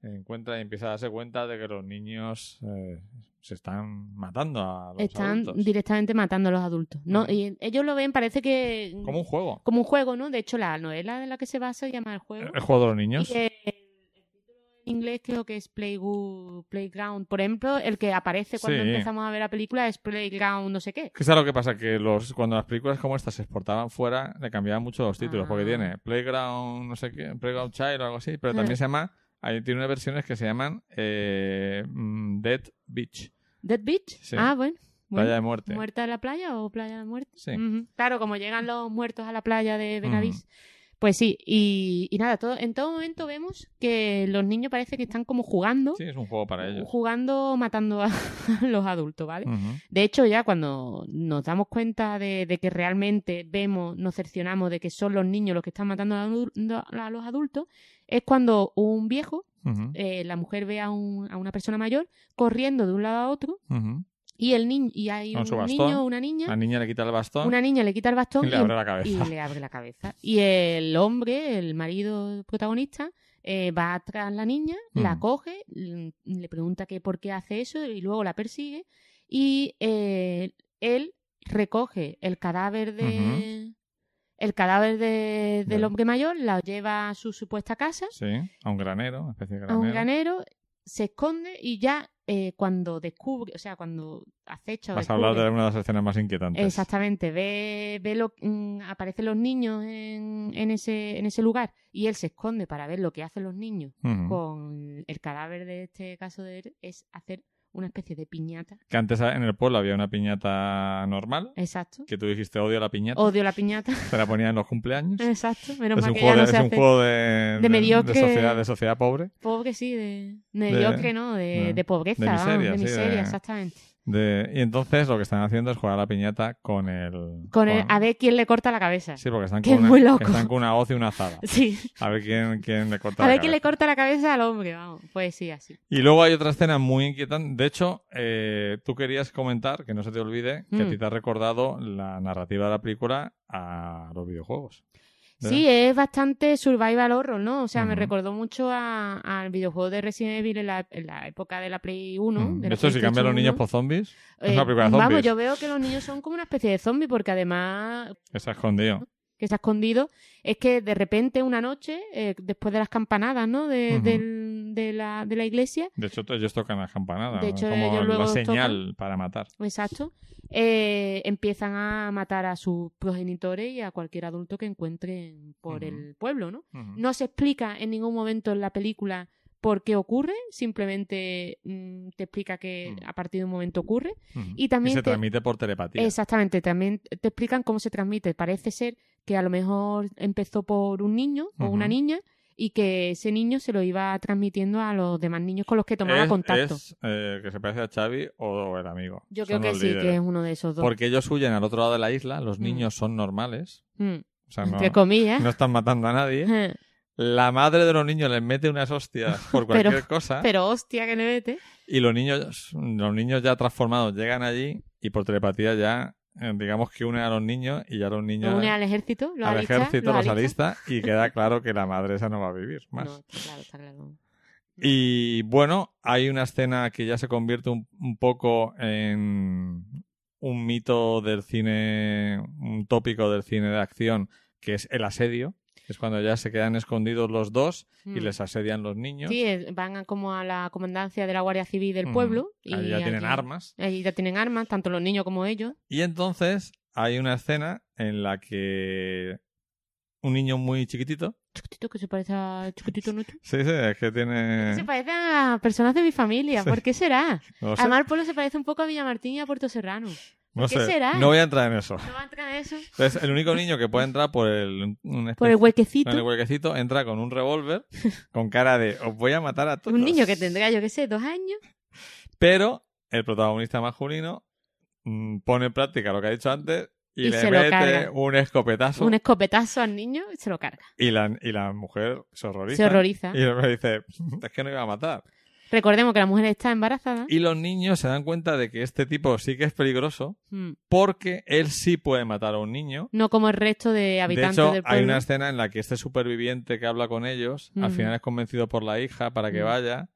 B: encuentra y empieza a darse cuenta de que los niños eh, se están matando a los
C: Están
B: adultos.
C: directamente matando a los adultos. ¿no?
B: Ujú.
C: Y ellos lo ven, parece que...
B: Como un juego.
C: como un juego, ¿no? De hecho, la novela de la que se basa se llama El Juego.
B: El juego de los niños.
C: Y el, el título en inglés creo que es Playgoo- Playground. Por ejemplo, el que aparece cuando
B: Sí.
C: empezamos a ver la película es Playground no sé qué.
B: Que ¿Sabes lo que pasa? Que los, cuando las películas como estas se exportaban fuera, le cambiaban mucho los títulos, porque
C: Ah.
B: tiene Playground, no sé qué, Playground Child o algo así, pero también
C: Ah.
B: se llama, hay, tiene unas versiones que se llaman eh, mm, Dead Beach,
C: Dead Beach.
B: Sí.
C: Ah, bueno. bueno.
B: Playa de Muerte.
C: ¿Muerta de la playa o playa de la muerte?
B: Sí.
C: Ujú. Claro, como llegan los muertos a la playa de Benavís. Pues sí, y, y nada, todo, en todo momento vemos que los niños parece que están como jugando,
B: Sí, es un juego para ellos.
C: jugando, matando a los adultos, ¿vale?
B: Ujú.
C: De hecho, ya cuando nos damos cuenta de, de que realmente vemos, nos cercionamos de que son los niños los que están matando a, adu- a los adultos, es cuando un viejo,
B: Ujú.
C: eh, la mujer ve a, un- a una persona mayor corriendo de un lado a otro
B: Ujú.
C: y el niño y hay
B: Con
C: un
B: su bastón,
C: niño, una
B: La
C: niña,
B: niña le quita el bastón
C: una niña le quita el bastón
B: y le abre la cabeza.
C: y le abre la cabeza. Y el hombre, el marido protagonista, eh, va tras la niña, la
B: Mm.
C: coge, l- le pregunta que por qué hace eso y luego la persigue. Y eh, él recoge el cadáver de. El cadáver de- del
B: Del-
C: hombre mayor la lleva a su supuesta casa,
B: Sí, a un granero, una especie de
C: a
B: granero.
C: un granero, se esconde y ya eh, cuando descubre, o sea, cuando acecha o
B: Vas a hablar
C: descubre-
B: de una de las escenas más inquietantes.
C: Exactamente, ve, ve lo, mm, aparecen los niños en, en ese, en ese lugar y él se esconde para ver lo que hacen los niños
B: Ujú.
C: con el cadáver de este caso de él, es hacer una especie de piñata.
B: Que antes en el pueblo había una piñata normal,
C: Exacto.
B: que tú dijiste odio la piñata,
C: Odio la piñata.
B: se la ponían en los cumpleaños.
C: Exacto. Menos
B: Es
C: mal
B: un,
C: que ya
B: juego,
C: no
B: de-
C: se
B: es un
C: hace.
B: juego de, de-
C: mediocre-
B: sociedad, de sociedad pobre,
C: Pobre, sí, de, de mediocre, ¿no? De,
B: de-
C: de pobreza,
B: de
C: vamos,
B: miseria, sí,
C: de miseria,
B: de-
C: exactamente.
B: De- y entonces lo que están haciendo es jugar a la piñata con el...
C: Con el, a ver quién le corta la cabeza.
B: Sí, porque están
C: que
B: con,
C: es
B: una,
C: muy loco.
B: están con una hoz y una azada.
C: Sí.
B: A ver quién, quién le corta
C: A
B: la
C: ver quién le
B: cabeza.
C: corta la cabeza al hombre, vamos. Pues sí, así.
B: Y luego hay otra escena muy inquietante. De hecho, eh, tú querías comentar, que no se te olvide, que a
C: Mm.
B: ti te ha recordado la narrativa de la película a los videojuegos. ¿Eh?
C: Sí, es bastante survival horror, ¿no? O sea, me
B: Ujú.
C: recordó mucho a- al videojuego de Resident Evil en la, en la época de la Play 1.
B: Mm. De
C: de la
B: hecho, si
C: PlayStation
B: cambian los niños
C: 1.
B: por zombies, es
C: Eh,
B: una película de
C: Vamos,
B: zombies.
C: yo veo que los niños son como una especie de zombie porque además
B: Está escondido.
C: que se ha escondido es que de repente una noche, eh, después de las campanadas, ¿no? De,
B: Ujú.
C: del- de la, de la iglesia,
B: De hecho, ellos tocan la campanada.
C: De hecho,
B: como
C: ellos
B: la
C: luego
B: señal para matar.
C: exacto, eh, empiezan a matar a sus progenitores y a cualquier adulto que encuentren por
B: Ujú.
C: el pueblo, ¿no?
B: Ujú.
C: No se explica en ningún momento en la película por qué ocurre, simplemente mm, te explica que
B: Mm.
C: a partir de un momento ocurre.
B: Ujú.
C: y también
B: se
C: te-
B: transmite por telepatía.
C: Exactamente, también te explican cómo se transmite. Parece ser que a lo mejor empezó por un niño o una
B: Ujú.
C: niña y que ese niño se lo iba transmitiendo a los demás niños con los que tomaba
B: es,
C: contacto.
B: es, eh, que se parece a Xavi o el amigo.
C: Yo
B: Son
C: creo que
B: los
C: sí,
B: líderes.
C: que es uno de esos dos.
B: Porque ellos huyen al otro lado de la isla, los
C: Mm.
B: niños son normales,
C: Mm,
B: o sea, Ah, no,
C: Entre comillas.
B: no están matando a nadie.
C: Ajá.
B: La madre de los niños les mete unas hostias por cualquier cosa
C: Pero hostia que le mete.
B: y los niños, los niños ya transformados llegan allí y por telepatía ya, eh, digamos que une a los niños y ya los niños
C: Lo une al ejército, los
B: al
C: alistas,
B: ejército
C: los
B: los
C: alistas.
B: alista y queda claro que la madre esa no va a vivir más.
C: No, está claro, está claro.
B: Y bueno, hay una escena que ya se convierte un, un poco en un mito del cine, un tópico del cine de acción, que es el asedio. Es cuando ya se quedan escondidos los dos y
C: Mm.
B: les asedian los niños.
C: Sí, es- van a- como a la comandancia de la Guardia Civil del
B: Ujú.
C: pueblo. y
B: Ahí ya tienen
C: allí-
B: armas.
C: Allí ya tienen armas, tanto los niños como ellos.
B: Y entonces hay una escena en la que un niño muy chiquitito.
C: Chiquitito que se parece a chiquitito nuestro.
B: Sí, sí, es que tiene.
C: Se parece a personas de mi familia.
B: Eh. Sí.
C: ¿Por qué será?
B: No sé,
C: Además, el pueblo se parece un poco a Villamartín y a Puerto Serrano.
B: no
C: ¿qué
B: sé,
C: será?
B: No voy a entrar en eso.
C: ¿No va a entrar eso?
B: Entonces, el único niño que puede entrar por el, un
C: Por
B: especie-
C: el huequecito.
B: en el huequecito entra con un revólver con cara de os voy a matar a todos.
C: Un niño que tendrá, yo qué sé, dos años.
B: Pero el protagonista masculino mm, pone en práctica lo que ha dicho antes y,
C: Y
B: le
C: se lo
B: mete
C: carga.
B: un escopetazo
C: Un escopetazo al niño y se lo carga.
B: y, la, y la mujer se horroriza.
C: Se horroriza.
B: Y me dice, "Mm, es que no iba a matar.
C: Recordemos que la mujer está embarazada.
B: Y los niños se dan cuenta de que este tipo sí que es peligroso
C: Mm.
B: porque él sí puede matar a un niño.
C: No como el resto de
B: De
C: habitantes
B: hecho,
C: del pueblo. Mm.
B: hay una escena en la que este superviviente que habla con ellos, al
C: Ujú.
B: final es convencido por la hija para que
C: Ujú.
B: vaya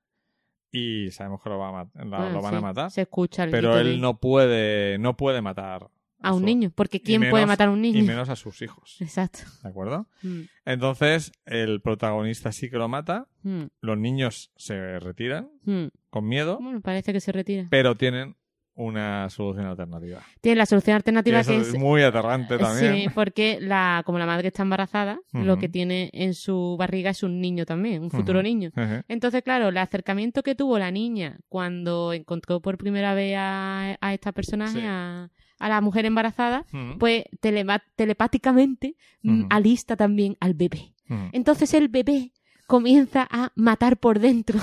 B: y sabemos que lo, va a mat- la-
C: Bueno,
B: lo van a
C: Ah, sí,
B: matar.
C: Se escucha el
B: Pero
C: grito
B: él
C: de-
B: no puede, no puede matar
C: a un
B: su-
C: niño. Porque ¿quién
B: menos-
C: puede matar a un niño?
B: y menos a sus hijos,
C: Exacto.
B: ¿de acuerdo?
C: Mm,
B: Entonces, el protagonista sí que lo mata,
C: mm,
B: los niños se retiran
C: mm.
B: con miedo,
C: Bueno, parece que se retira.
B: pero tienen una solución alternativa.
C: Tiene la solución
B: Y
C: alternativa
B: eso
C: que
B: es
C: es...
B: muy aterrante
C: Sí,
B: también.
C: porque la, como la madre está embarazada, lo
B: Ujú.
C: que tiene en su barriga es un niño también, un futuro
B: Ujú.
C: niño.
B: Ujú.
C: Entonces, claro, el acercamiento que tuvo la niña cuando encontró por primera vez a, a esta personaje,
B: Sí.
C: a, a la mujer embarazada,
B: Ujú.
C: pues telema- telepáticamente mm,
B: Ujú.
C: alista también al bebé.
B: Ujú.
C: Entonces el bebé comienza a matar por dentro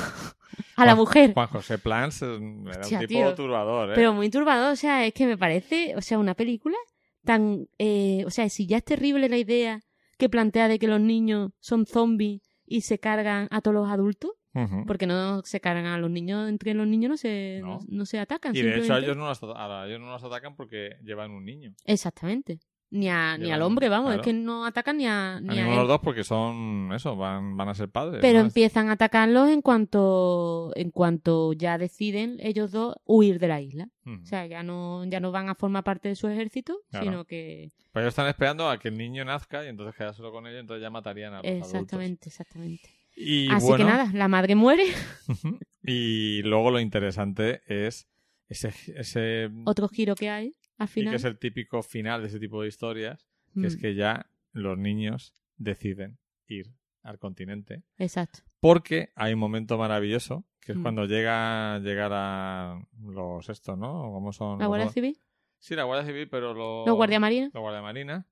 C: a la
B: Juan-
C: mujer.
B: Juan José Plans eh, era un
C: Hostia,
B: tipo
C: tío.
B: turbador, ¿eh?
C: Pero muy turbador, o sea, es que me parece, o sea, una película tan, eh, o sea, si ya es terrible la idea que plantea de que los niños son zombies y se cargan a todos los adultos,
B: Ujú.
C: porque no se cargan a los niños, entre los niños no se,
B: No.
C: no, no se atacan.
B: Y de hecho a
C: simplemente-
B: ellos, no los, ata- a ellos no los atacan porque llevan un niño.
C: Exactamente. Ni, a, ni
B: Llevan-
C: al hombre, vamos,
B: claro.
C: es que no atacan ni a,
B: A
C: ni
B: ninguno
C: a él.
B: de los dos porque son eso, van, van a ser padres.
C: Pero
B: ¿no?
C: empiezan a atacarlos en cuanto, en cuanto ya deciden ellos dos huir de la isla.
B: Ujú.
C: O sea, ya no, ya no van a formar parte de su ejército,
B: Claro.
C: sino que
B: Pero Pues ellos están esperando a que el niño nazca y entonces queda solo con ella, entonces ya matarían a los adultos.
C: Exactamente, exactamente.
B: Y
C: Así
B: bueno,
C: que nada, la madre muere,
B: y luego lo interesante es ese, ese
C: otro giro que hay al
B: y que
C: final.
B: es el típico final de ese tipo de historias, que es
C: Mm,
B: que ya los niños deciden ir al continente
C: Exacto.
B: porque hay un momento maravilloso que es
C: Mm.
B: cuando llega llegar a los estos, ¿no? ¿Cómo son?
C: La
B: los
C: Guardia
B: dos?
C: Civil,
B: Sí, la Guardia Civil, pero los
C: los Guardia Marina,
B: los guardiamarinas.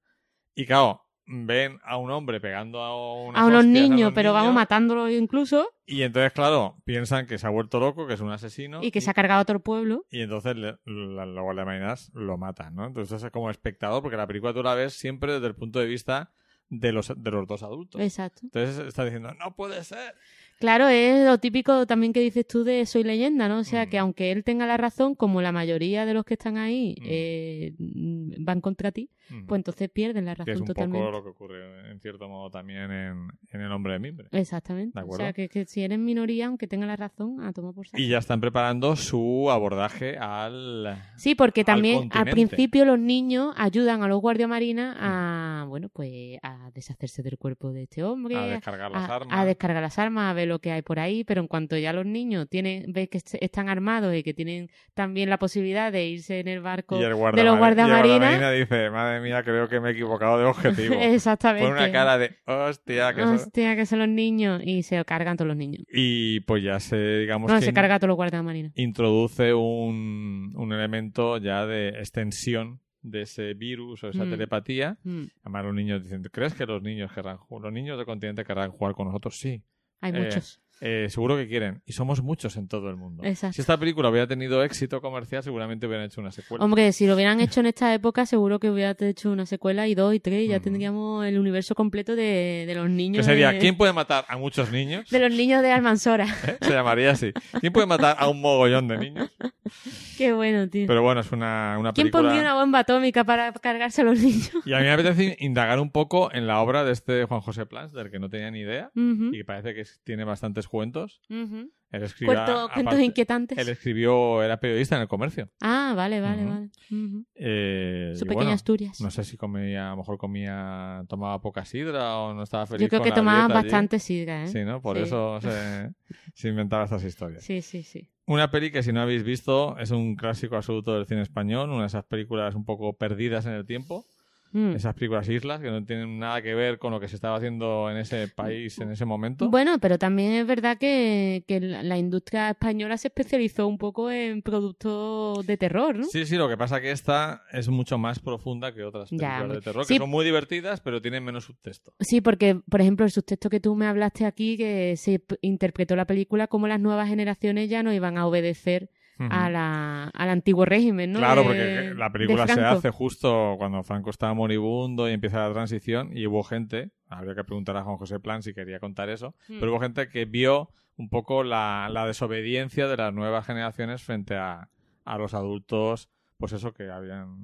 B: Y claro, ven a un hombre pegando a unos,
C: a unos niños, pero vamos matándolos incluso,
B: Y entonces, claro, piensan que se ha vuelto loco, que es un asesino.
C: y que se ha cargado a todo el pueblo.
B: y entonces le- la- los guardiamarinas lo matan, ¿no? Entonces es como espectador, porque la película tú la ves siempre desde el punto de vista de los, de los dos adultos.
C: Exacto.
B: Entonces está diciendo, no puede ser.
C: Claro, es lo típico también que dices tú de Soy leyenda, ¿no? O sea,
B: Mm.
C: que aunque él tenga la razón, como la mayoría de los que están ahí
B: Mm.
C: eh, mm, van contra ti, pues entonces pierden la
B: que es
C: razón
B: un
C: totalmente.
B: poco lo que ocurre, en cierto modo, también en, en El Hombre de Mimbre.
C: Exactamente.
B: De
C: O
B: acuerdo.
C: sea, que, que si eres minoría, aunque tenga la razón, a tomar por saco.
B: Y ya están preparando su abordaje al...
C: Sí, porque
B: al
C: también al,
B: continente.
C: principio los niños ayudan a los guardiamarinas a, bueno, pues a deshacerse del cuerpo de este hombre,
B: a descargar las
C: a-
B: armas.
C: a descargar las armas, a ver lo que hay por ahí, pero en cuanto ya los niños tienen, ves que est- están armados y que tienen también la posibilidad de irse en el barco
B: Y el guarda-
C: de
B: y
C: los
B: el
C: guardiamarinas,
B: guardamarina dice, madre mía, creo que me he equivocado de objetivo.
C: exactamente.
B: Pone una cara de, hostia, que eso-".
C: Hostia, que son los niños y se cargan todos los niños.
B: Y pues ya se, digamos
C: Bueno,
B: que
C: se carga a todos los guardiamarinas.
B: introduce un, un elemento ya de extensión de ese virus o esa
C: Mm.
B: telepatía.
C: Mm.
B: Además los niños dicen, ¿crees que los niños querrán jugar? Los niños del continente querrán jugar con nosotros, sí.
C: Hay
B: Eh,
C: muchos.
B: Eh, seguro que quieren. Y somos muchos en todo el mundo.
C: Exacto.
B: Si esta película hubiera tenido éxito comercial, seguramente hubieran hecho una secuela.
C: Hombre, si lo hubieran hecho en esta época, seguro que hubiera hecho una secuela y dos y tres, y ya
B: Ujú.
C: tendríamos el universo completo de, de los
B: que
C: niños.
B: sería,
C: de,
B: ¿quién puede matar a muchos niños?
C: eh.
B: ¿Eh?
C: de los niños de Almansora.
B: Se llamaría así. ¿Quién puede matar a un mogollón de niños?
C: Qué bueno, tío.
B: Pero bueno, es una, una
C: ¿Quién
B: película.
C: pondría una bomba atómica para cargarse a los niños?
B: Y a mí me apetece indagar un poco en la obra de este Juan José Plans, del que no tenía ni idea
C: Ujú,
B: y que parece que tiene bastantes cuentos.
C: ujú.
B: Él escribía,
C: Cuento, cuentos
B: aparte,
C: inquietantes.
B: él escribió, era periodista en el comercio.
C: Ah, vale, vale,
B: Ujú.
C: vale. Ujú.
B: Eh,
C: Su
B: y
C: pequeña
B: bueno,
C: Asturias.
B: No sé si comía, a lo mejor comía, tomaba poca sidra o no estaba feliz.
C: Yo creo
B: con
C: que
B: la
C: tomaban
B: dieta allí.
C: bastante sidra, ¿eh?
B: Sí, ¿no? Por
C: Sí.
B: eso se, se inventaba estas historias.
C: Sí, sí, sí.
B: Una peli que si no habéis visto es un clásico absoluto del cine español, una de esas películas un poco perdidas en el tiempo,
C: Mm.
B: esas películas islas que no tienen nada que ver con lo que se estaba haciendo en ese país en ese momento.
C: Bueno, pero también es verdad que, que la la industria española se especializó un poco en productos de terror, ¿no?
B: Sí, sí, lo que pasa que esta es mucho más profunda que otras
C: Ya,
B: películas
C: muy-
B: de terror,
C: sí.
B: que son muy divertidas, pero tienen menos subtexto.
C: Sí, porque, por ejemplo, el subtexto que tú me hablaste aquí, que se p- interpretó la película como las nuevas generaciones ya no iban a obedecer a la, al antiguo régimen, ¿no?
B: Claro,
C: De-
B: porque eh, la
C: de
B: película se
C: Franco.
B: hace justo cuando Franco estaba moribundo y empieza la transición y hubo gente, habría que preguntar a Juan José Plan si quería contar eso,
C: Mm.
B: pero hubo gente que vio un poco la, la desobediencia de las nuevas generaciones frente a, a los adultos, pues eso que habían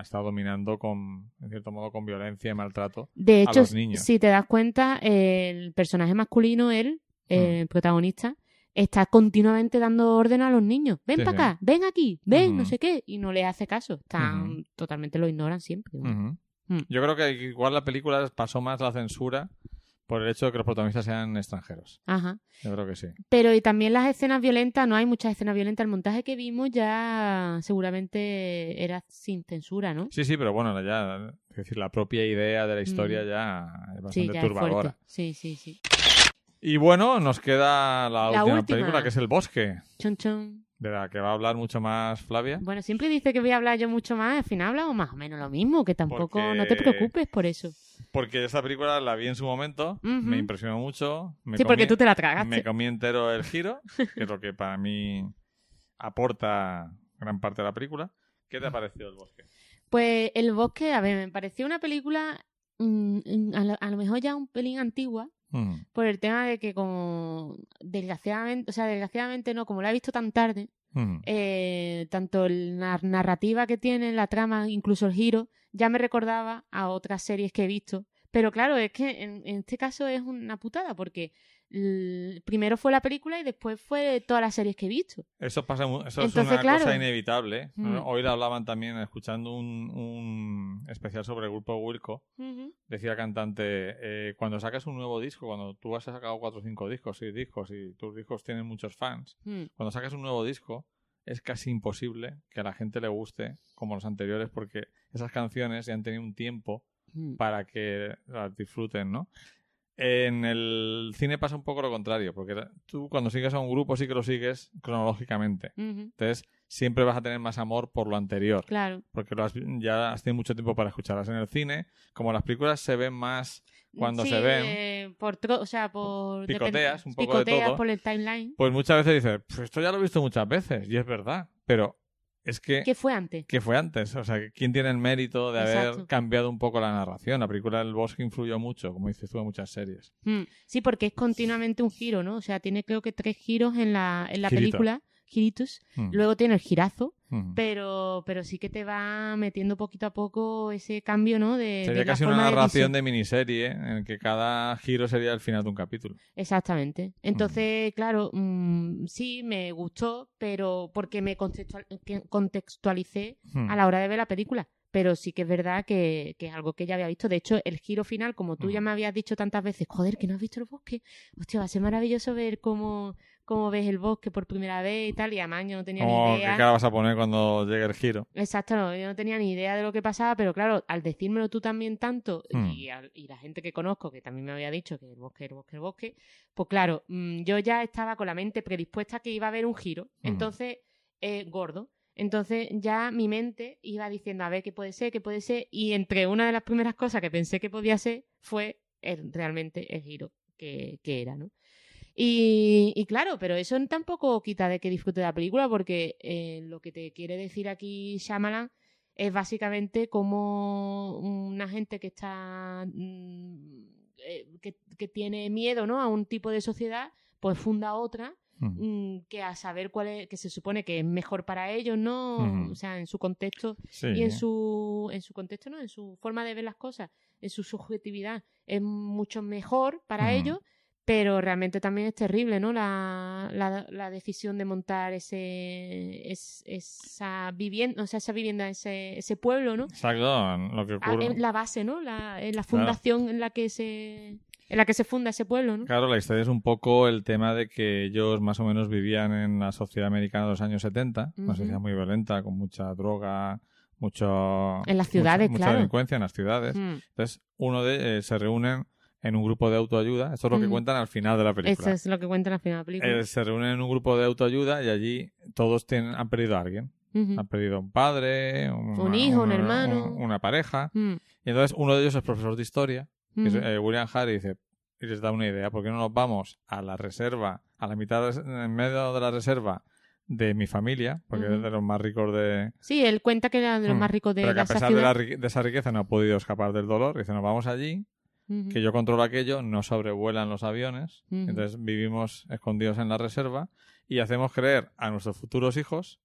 B: estado dominando con, en cierto modo, con violencia y maltrato.
C: De hecho,
B: los niños.
C: si te das cuenta, el personaje masculino, él, eh,
B: Mm.
C: el protagonista, está continuamente dando orden a los niños. Ven
B: Sí,
C: para
B: sí.
C: acá, ven aquí, ven, no
B: Ujú.
C: sé qué. Y no les hace caso. Están,
B: Ujú.
C: Totalmente lo ignoran siempre. ¿no?
B: Ujú.
C: Mm.
B: Yo creo que igual la película pasó más la censura por el hecho de que los protagonistas sean extranjeros.
C: Ajá.
B: Yo creo que sí.
C: Pero y también las escenas violentas, no hay muchas escenas violentas. El montaje que vimos ya seguramente era sin censura, ¿no?
B: Sí, sí, pero bueno, ya, es decir, la propia idea de la historia ya es
C: Mm. Sí,
B: bastante
C: ya es fuerte.
B: turbadora.
C: Sí, sí, sí.
B: Y bueno, nos queda la,
C: La
B: última,
C: última.
B: película, que es El Bosque,
C: Chon, chon.
B: de la que va a hablar mucho más Flavia.
C: Bueno, siempre dice que voy a hablar yo mucho más, al final hablamos más o menos lo mismo, que tampoco,
B: Porque-
C: no te preocupes por eso.
B: Porque esta película la vi en su momento,
C: Ujú.
B: me impresionó mucho. Me
C: sí, porque
B: comí-
C: tú te la
B: Me
C: tragaste.
B: comí entero el giro, que es lo que para mí aporta gran parte de la película. ¿Qué te ha parecido El Bosque?
C: Pues El Bosque, a ver, me pareció una película mm, mm, a, lo, a lo mejor ya un pelín antigua,
B: Mm,
C: por el tema de que como desgraciadamente, o sea, desgraciadamente no, como la he visto tan tarde,
B: mm.
C: eh, tanto la narrativa que tiene, la trama, incluso el giro, ya me recordaba a otras series que he visto. Pero claro, es que en, en este caso es una putada, porque l- primero fue la película y después fue todas las series que he visto.
B: Eso pasa, mu- eso es
C: Entonces,
B: una
C: claro.
B: cosa inevitable. ¿eh?
C: Mm.
B: Hoy lo hablaban también escuchando un, un especial sobre el grupo Wilco. Decía el cantante, eh, cuando sacas un nuevo disco, cuando tú has sacado cuatro o cinco discos, seis discos y tus discos tienen muchos fans,
C: Mm.
B: cuando sacas un nuevo disco es casi imposible que a la gente le guste como los anteriores porque esas canciones ya han tenido un tiempo
C: Mm.
B: para que las disfruten, ¿no? En el cine pasa un poco lo contrario, porque tú cuando sigues a un grupo sí que lo sigues cronológicamente.
C: Ujú,
B: Entonces, siempre vas a tener más amor por lo anterior,
C: Claro.
B: porque lo has- ya has tenido mucho tiempo para escucharlas en el cine. Como las películas se ven más cuando
C: Sí,
B: se ven,
C: eh, por tro- o sea, por...
B: Picoteas
C: depende-
B: un poco de
C: picoteas
B: todo.
C: por el timeline.
B: pues muchas veces dices, pues esto ya lo he visto muchas veces, y es verdad, pero es que,
C: ¿Qué fue antes?
B: que fue antes, o sea, ¿quién tiene el mérito de haber
C: Exacto.
B: cambiado un poco la narración? La película del bosque influyó mucho, como dices tú, en muchas series.
C: Mm, Sí, porque es continuamente un giro, ¿no? O sea, tiene creo que tres giros en la, en la
B: Girito.
C: película, giritos.
B: Mm,
C: Luego tiene el girazo,
B: mm.
C: pero, pero sí que te va metiendo poquito a poco ese cambio, ¿no? De, de
B: Sería
C: la
B: casi una
C: forma de
B: narración
C: visión.
B: de miniserie ¿eh? en que cada giro sería el final de un capítulo. Mm.
C: Exactamente. Entonces, claro, mm, sí, me gustó, pero porque me contextual- que- contextualicé
B: Mm.
C: a la hora de ver la película. Pero sí que es verdad que, que es algo que ya había visto. De hecho, el giro final, como tú ya
B: Mm.
C: me habías dicho tantas veces, joder, que no has visto el bosque. Hostia, va a ser maravilloso ver cómo, cómo ves el bosque por primera vez y tal. Y además yo no tenía
B: Como,
C: ni idea.
B: Oh, ¿Qué cara vas a poner cuando llegue el giro?
C: Exacto, no, yo no tenía ni idea de lo que pasaba, pero claro, al decírmelo tú también tanto
B: Hmm.
C: y, al- y la gente que conozco que también me había dicho que el bosque, el bosque, el bosque, pues claro, mm, yo ya estaba con la mente predispuesta que iba a haber un giro,
B: Hmm.
C: entonces, eh, gordo. Entonces ya mi mente iba diciendo, a ver, ¿qué puede ser? ¿Qué puede ser? Y entre una de las primeras cosas que pensé que podía ser fue el- realmente el giro que, que era, ¿no? Y, y claro, pero eso tampoco quita de que disfrute de la película, porque eh, lo que te quiere decir aquí Shyamalan es básicamente como una gente que está. mm, eh, que, que tiene miedo ¿no? a un tipo de sociedad, pues funda otra
B: Mm.
C: mm, que a saber cuál es, que se supone que es mejor para ellos, ¿no?
B: Ujú.
C: O sea, en su contexto
B: Sí.
C: y en su, en su contexto, ¿no? En su forma de ver las cosas, en su subjetividad, es mucho mejor para
B: Ujú.
C: ellos, Pero realmente también es terrible, ¿no? La, la, la decisión de montar ese, es- esa vivienda, o sea, esa vivienda, ese, ese pueblo, ¿no?
B: Exacto, lo que
C: Ah,
B: ocurre.
C: en la base, ¿no? La, en la fundación en la que se en la que se funda ese pueblo, ¿no?
B: Claro, la historia es un poco el tema de que ellos más o menos vivían en la sociedad americana de los años 70, una
C: Ujú.
B: sociedad muy violenta, con mucha droga, mucho...
C: En las
B: mucha-
C: ciudades,
B: mucha
C: claro.
B: delincuencia en las ciudades.
C: Mm,
B: Entonces, uno de eh, se reúnen en un grupo de autoayuda. Esto es lo que
C: Ujú.
B: cuentan al final de la película.
C: Eso es lo que cuenta en la final de la película.
B: Eh, se reúnen en un grupo de autoayuda y allí todos tienen, han perdido a alguien.
C: Ujú.
B: Han perdido un padre, una-
C: Un hijo, un
B: una-
C: hermano.
B: un- una pareja.
C: Mm,
B: Y entonces uno de ellos es profesor de historia.
C: mm.
B: que es, eh, William Harry dice, y les da una idea, ¿por qué no nos vamos a la reserva, a la mitad, de- en medio de la reserva de mi familia? Porque
C: Ujú.
B: es de los más ricos de...
C: Sí, él cuenta que era de los
B: Mm,
C: más ricos de
B: pero que
C: la
B: a
C: esa
B: pesar de,
C: ciudad.
B: la rique- de esa riqueza no ha podido escapar del dolor. Dice, nos vamos allí,
C: Ujú.
B: que yo controlo aquello, no sobrevuelan los aviones,
C: Ujú.
B: entonces vivimos escondidos en la reserva y hacemos creer a nuestros futuros hijos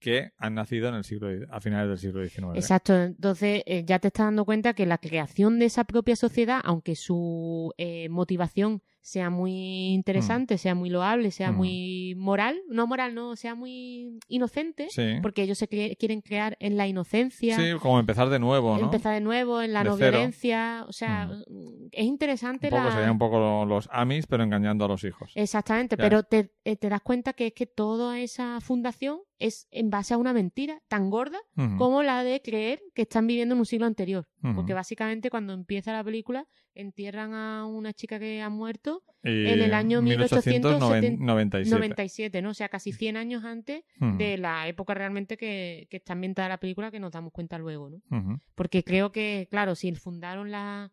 B: que han nacido en el siglo a finales del siglo XIX.
C: Exacto, entonces eh, ya te estás dando cuenta que la creación de esa propia sociedad, aunque su eh, motivación sea muy interesante, sea muy loable, sea
B: Mm.
C: muy moral, no moral, no, sea muy inocente,
B: Sí.
C: porque ellos se cre- quieren crear en la inocencia,
B: Sí, como empezar de nuevo, ¿no?
C: empezar de nuevo, en la
B: De
C: no
B: cero. Mm.
C: violencia, o sea, mm, es
B: Un
C: interesante
B: poco
C: la...
B: serían un poco lo- los amis, pero engañando a los hijos.
C: Exactamente,
B: Claro.
C: pero te, eh, te das cuenta que es que toda esa fundación es en base a una mentira tan gorda
B: Ujú,
C: como la de creer que están viviendo en un siglo anterior.
B: ujú.
C: Porque básicamente cuando empieza la película entierran a una chica que ha muerto
B: Y
C: en el año
B: 1897.
C: 97, ¿no? O sea, casi 100 años antes
B: Ujú,
C: de la época realmente que, que está ambientada la película que nos damos cuenta luego, ¿no?
B: ujú.
C: Porque creo que, claro, si fundaron la,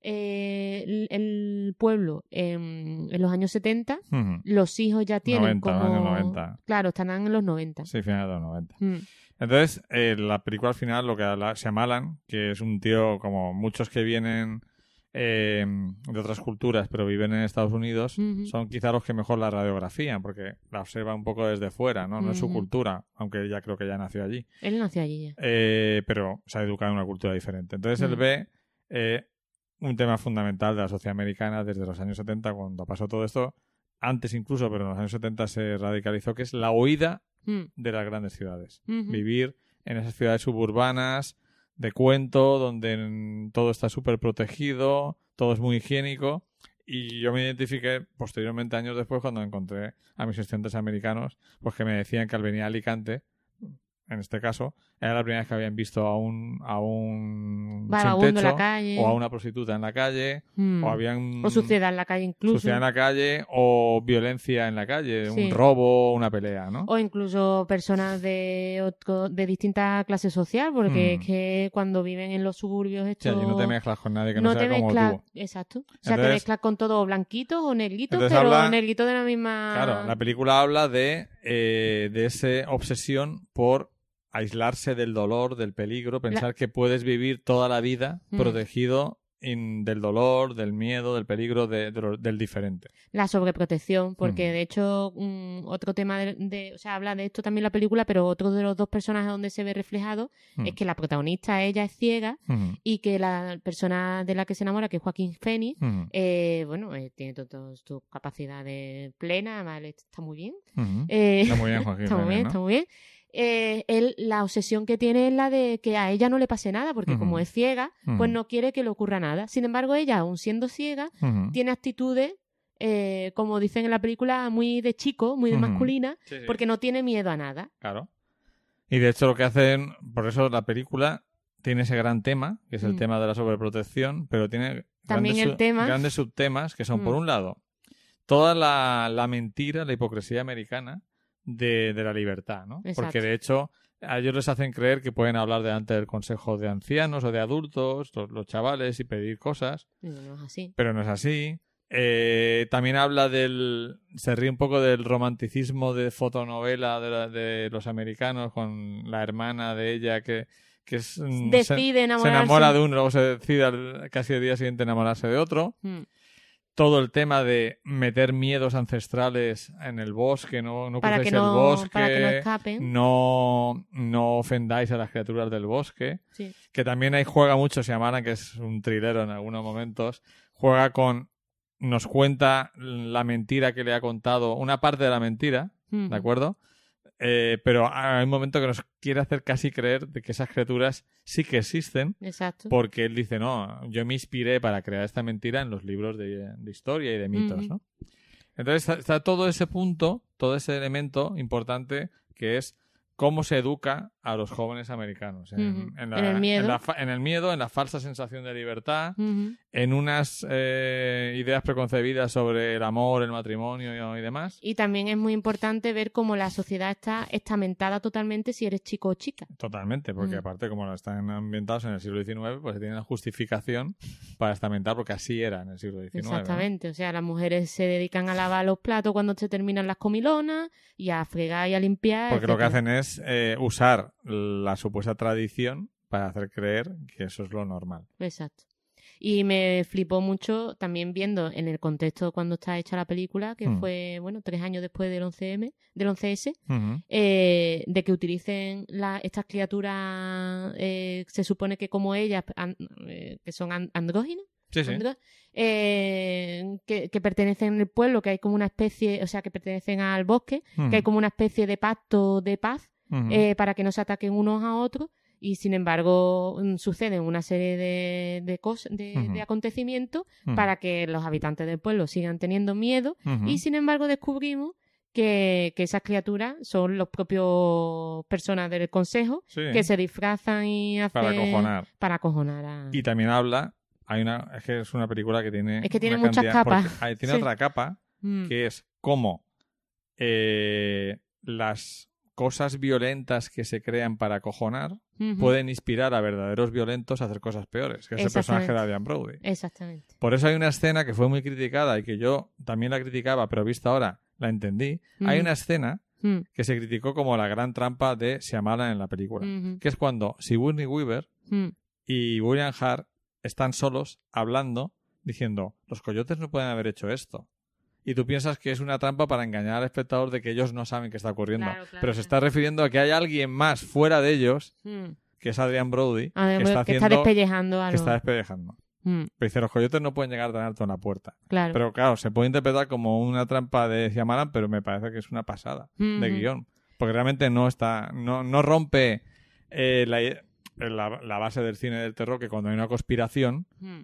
C: eh, el, el pueblo en, en los años 70,
B: Ujú.
C: los hijos ya tienen
B: 90,
C: como...
B: años 90.
C: Claro, están en los 90.
B: Sí, finales de los 90.
C: Mm,
B: Entonces, eh, la película al final, lo que habla- se llama Alan, que es un tío como muchos que vienen eh, de otras culturas, pero viven en Estados Unidos,
C: Ujú.
B: son quizá los que mejor la radiografían, porque la observa un poco desde fuera, ¿no? No es su
C: Ujú.
B: cultura, aunque ella creo que ya nació allí.
C: Él nació allí ya.
B: Eh, pero se ha educado en una cultura diferente. Entonces él
C: Mm.
B: ve eh, un tema fundamental de la sociedad americana desde los años 70, cuando pasó todo esto, antes incluso, pero en los años 70 se radicalizó, que es la huida
C: Mm,
B: de las grandes ciudades.
C: ujú.
B: Vivir en esas ciudades suburbanas de cuento, donde mm, todo está súper protegido, todo es muy higiénico. Y yo me identifiqué posteriormente, años después, cuando encontré a mis estudiantes americanos, pues que me decían que al venir a Alicante, en este caso, era la primera vez que habían visto a un, a un sin
C: Vagabundo en
B: techo
C: la calle.
B: o a una prostituta en la calle,
C: Mm.
B: o habían
C: O suciedad en la calle incluso.
B: suciedad en la calle, o violencia en la calle,
C: Sí.
B: un robo, una pelea, ¿no?
C: O incluso personas de, otro- de distinta clase social, porque
B: Mm.
C: es que cuando viven en los suburbios
B: Sí,
C: esto...
B: allí no te mezclas con nadie que no,
C: no
B: sea
C: te
B: como
C: mezclas,
B: tú.
C: exacto. O sea, te
B: Entonces-
C: mezclas con todos blanquitos o negritos,
B: Entonces
C: pero
B: habla-
C: negritos de la misma...
B: Claro, la película habla de, eh, de esa obsesión por aislarse del dolor, del peligro, pensar que puedes vivir toda la vida
C: Mm.
B: protegido in- del dolor, del miedo, del peligro, de- de lo- del diferente.
C: la sobreprotección, porque
B: Mm.
C: de hecho mm, otro tema de, de- o sea, habla de esto también la película, pero otro de los dos personajes donde se ve reflejado
B: Mm.
C: es que la protagonista ella es ciega
B: Ujú,
C: y que la persona de la que se enamora, que es Joaquín Phoenix,
B: ujú,
C: eh, bueno, eh, tiene to- todas sus capacidades plenas, vale, está muy bien.
B: ujú.
C: Eh,
B: Está muy bien, Joaquín.
C: está muy
B: Phoenix,
C: bien,
B: ¿no?
C: está muy bien. Eh, él, la obsesión que tiene es la de que a ella no le pase nada, porque
B: Ujú.
C: como es ciega, pues
B: Ujú.
C: no quiere que le ocurra nada. Sin embargo, ella, aun siendo ciega,
B: Ujú.
C: tiene actitudes, eh, como dicen en la película, muy de chico, muy de
B: Ujú.
C: masculina,
B: Sí, sí.
C: porque no tiene miedo a nada.
B: Claro. Y de hecho lo que hacen, por eso la película tiene ese gran tema, que es el
C: Mm.
B: tema de la sobreprotección, pero tiene
C: También
B: grandes,
C: el
B: su-
C: tema-
B: grandes subtemas que son, por
C: Mm.
B: un lado, toda la, la mentira, la hipocresía americana de, de la libertad, ¿no?
C: Exacto.
B: Porque de hecho a ellos les hacen creer que pueden hablar delante del consejo de ancianos o de adultos, los- los chavales, y pedir cosas
C: Y no es así.
B: pero no es así. Eh, también habla del. Se ríe un poco del romanticismo de fotonovela de, la- de los americanos con la hermana de ella que, que es, mm, se, se
C: Decide enamorarse.
B: enamora de uno, luego se decide al- casi el día siguiente enamorarse de otro.
C: Mm.
B: Todo el tema de meter miedos ancestrales en el bosque, no, no
C: Para, que
B: crucéis
C: no,
B: el bosque, Mm,
C: para que no escapen.
B: no, no ofendáis a las criaturas del bosque
C: Sí.
B: que también ahí juega mucho Shyamalan, que es un trilero en algunos momentos, juega con nos cuenta la mentira que le ha contado, una parte de la mentira,
C: Mm.
B: ¿de acuerdo? Eh, pero hay un momento que nos quiere hacer casi creer de que esas criaturas sí que existen,
C: Exacto.
B: porque él dice, no, yo me inspiré para crear esta mentira en los libros de, de historia y de mitos,
C: Ujú.
B: ¿no? Entonces está, está todo ese punto, todo ese elemento importante que es cómo se educa a los jóvenes americanos. En,
C: Ujú.
B: en la-
C: En el miedo.
B: la fa- en el miedo, en la falsa sensación de libertad,
C: Ujú.
B: en unas eh, ideas preconcebidas sobre el amor, el matrimonio y, y demás.
C: Y también es muy importante ver cómo la sociedad está estamentada totalmente si eres chico o chica.
B: Totalmente, porque
C: Mm.
B: aparte como están ambientados en el siglo XIX, pues tienen la justificación para estamentar porque así era en el siglo XIX. ¿no?
C: Exactamente. O sea, las mujeres se dedican a lavar los platos cuando se terminan las comilonas y a fregar y a limpiar.
B: Porque lo que
C: etcétera.
B: hacen es eh, usar la supuesta tradición para hacer creer que eso es lo normal.
C: Exacto. Y me flipó mucho también viendo en el contexto cuando está hecha la película, que
B: Mm.
C: fue, bueno, tres años después del 11M, del 11S, eh, de que utilicen la- estas criaturas, eh, se supone que como ellas, an- eh, que son an- andróginas,
B: Sí, sí.
C: Andro- eh, que, que pertenecen al pueblo, que hay como una especie, o sea, que pertenecen al bosque,
B: Ujú,
C: que hay como una especie de pacto de paz
B: ujú.
C: eh, para que no se ataquen unos a otros. Y sin embargo, mm, suceden una serie de, de, cos- de,
B: Ujú.
C: de acontecimientos
B: Ujú,
C: para que los habitantes del pueblo sigan teniendo miedo.
B: ujú.
C: Y sin embargo, descubrimos que, que esas criaturas son los propios personas del consejo
B: Sí,
C: que se disfrazan y hacen.
B: para acojonar.
C: Para acojonar a.
B: Y también habla, hay una, es que es una película que tiene...
C: Es que tiene
B: una
C: muchas
B: cantidad- porque
C: capas.
B: hay- tiene
C: Sí.
B: otra capa
C: Mm.
B: que es cómo eh, las cosas violentas que se crean para acojonar
C: Ujú.
B: pueden inspirar a verdaderos violentos a hacer cosas peores, que es el personaje de
C: Exactamente.
B: Adrian Brody.
C: Exactamente.
B: Por eso hay una escena que fue muy criticada y que yo también la criticaba, pero vista ahora la entendí. Hay
C: Ujú.
B: una escena
C: Mm,
B: que se criticó como la gran trampa de Shyamalan en la película,
C: ujú,
B: que es cuando Sigourney Weaver
C: mm.
B: y William Hart están solos hablando, diciendo, los coyotes no pueden haber hecho esto. Y tú piensas que es una trampa para engañar al espectador de que ellos no saben qué está ocurriendo.
C: Claro, claro,
B: pero se
C: claro.
B: está refiriendo a que hay alguien más fuera de ellos,
C: Mm.
B: que es Adrian Brody,
C: A ver,
B: que
C: que
B: está
C: está,
B: haciendo...
C: despellejando a
B: que
C: los.
B: está despellejando.
C: Mm,
B: Pero dice, los coyotes no pueden llegar tan alto en la puerta.
C: claro.
B: Pero claro, se puede interpretar como una trampa de Shyamalan, pero me parece que es una pasada de
C: Hmm, Ujú.
B: guión. Porque realmente no está, no, no rompe eh, la, la- la base del cine del terror, que cuando hay una conspiración,
C: Mm,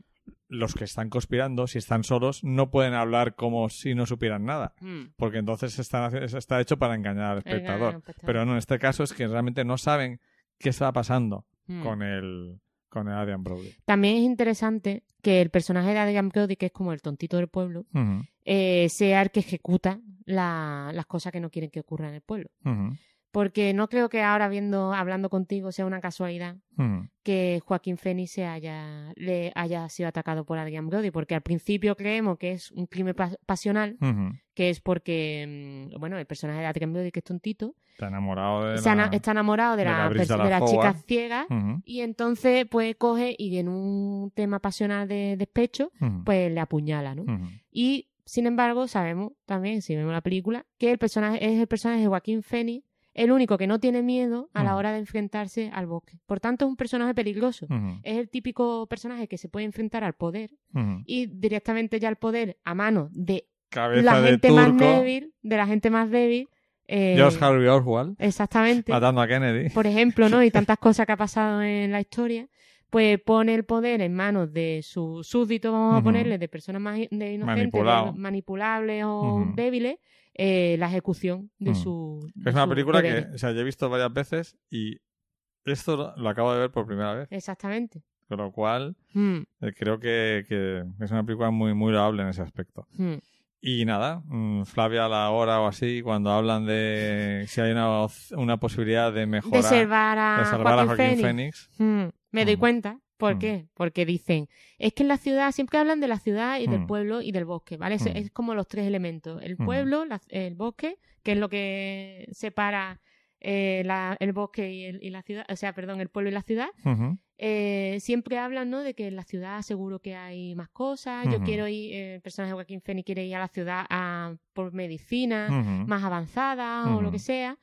B: los que están conspirando, si están solos, no pueden hablar como si no supieran nada.
C: mm.
B: Porque entonces está, está hecho para engañar al espectador.
C: Venga, espectador.
B: Pero no, en este caso es que realmente no saben qué está pasando
C: Mm.
B: con el con el Adrian Brody.
C: También es interesante que el personaje de Adrian Brody, que es como el tontito del pueblo,
B: Ujú,
C: eh, sea el que ejecuta la- las cosas que no quieren que ocurran en el pueblo.
B: ujú,
C: Porque no creo que ahora viendo, hablando contigo, sea una casualidad
B: ujú.
C: que Joaquín Fénix se haya, le haya sido atacado por Adrian Brody, porque al principio creemos que es un crimen pas- pasional,
B: Ujú.
C: que es porque, mm, bueno, el personaje de Adrian Brody, que es tontito,
B: Está enamorado de
C: se
B: la...
C: ana- está enamorado de
B: de
C: la,
B: la Bridget
C: pers- de la
B: Howard.
C: chica ciega
B: Ujú,
C: y entonces pues coge y en un tema pasional de despecho
B: ujú,
C: pues le apuñala, ¿no?
B: ujú.
C: Y sin embargo sabemos también, si vemos la película, que el personaje es el personaje de Joaquín Fénix el único que no tiene miedo a la
B: Ujú.
C: hora de enfrentarse al bosque. Por tanto es un personaje peligroso.
B: Ujú,
C: Es el típico personaje que se puede enfrentar al poder
B: ujú.
C: y directamente ya al poder a mano de
B: Cabeza
C: la
B: de
C: gente más
B: turco.
C: débil, de la gente más débil. eh,
B: George Harvey Oswald
C: Exactamente.
B: matando a Kennedy.
C: Por ejemplo, ¿no? Y tantas cosas que ha pasado en la historia. Pues pone el poder en manos de sus súbditos, vamos a
B: Ujú.
C: ponerle, de personas más i- de inocentes, de
B: Manipulado.
C: manipulables o
B: Ujú.
C: débiles, eh, la ejecución de
B: Ujú.
C: su. de
B: Es una
C: sus
B: película que
C: deberes.
B: o sea, yo he visto varias veces y esto lo, lo acabo de ver por primera vez.
C: Exactamente.
B: Con lo cual,
C: Mm,
B: eh, creo que, que es una película muy, muy loable en ese aspecto.
C: mm.
B: Y nada, mm, Flavia a la hora o así, cuando hablan de si hay una, op- una posibilidad de mejorar,
C: De salvar a,
B: de salvar a Joaquín
C: Joaquín Phoenix.
B: Phoenix.
C: Mm, Me doy
B: Mm.
C: cuenta. ¿Por
B: Mm.
C: qué? Porque dicen, es que en la ciudad, siempre hablan de la ciudad y del
B: Mm.
C: pueblo y del bosque, ¿vale? Es,
B: Mm.
C: es como los tres elementos. El
B: Mm.
C: pueblo, la- el bosque, que es lo que separa eh, la- el bosque y, el- y la ciudad, o sea, perdón, el pueblo y la ciudad.
B: Ujú,
C: Eh, siempre hablan, ¿no? De que en la ciudad seguro que hay más cosas. Yo
B: Ujú.
C: quiero ir, eh, el personaje de Joaquín Fénix quiere ir a la ciudad a- por medicina
B: ujú.
C: más avanzada o lo
B: Ujú.
C: que sea.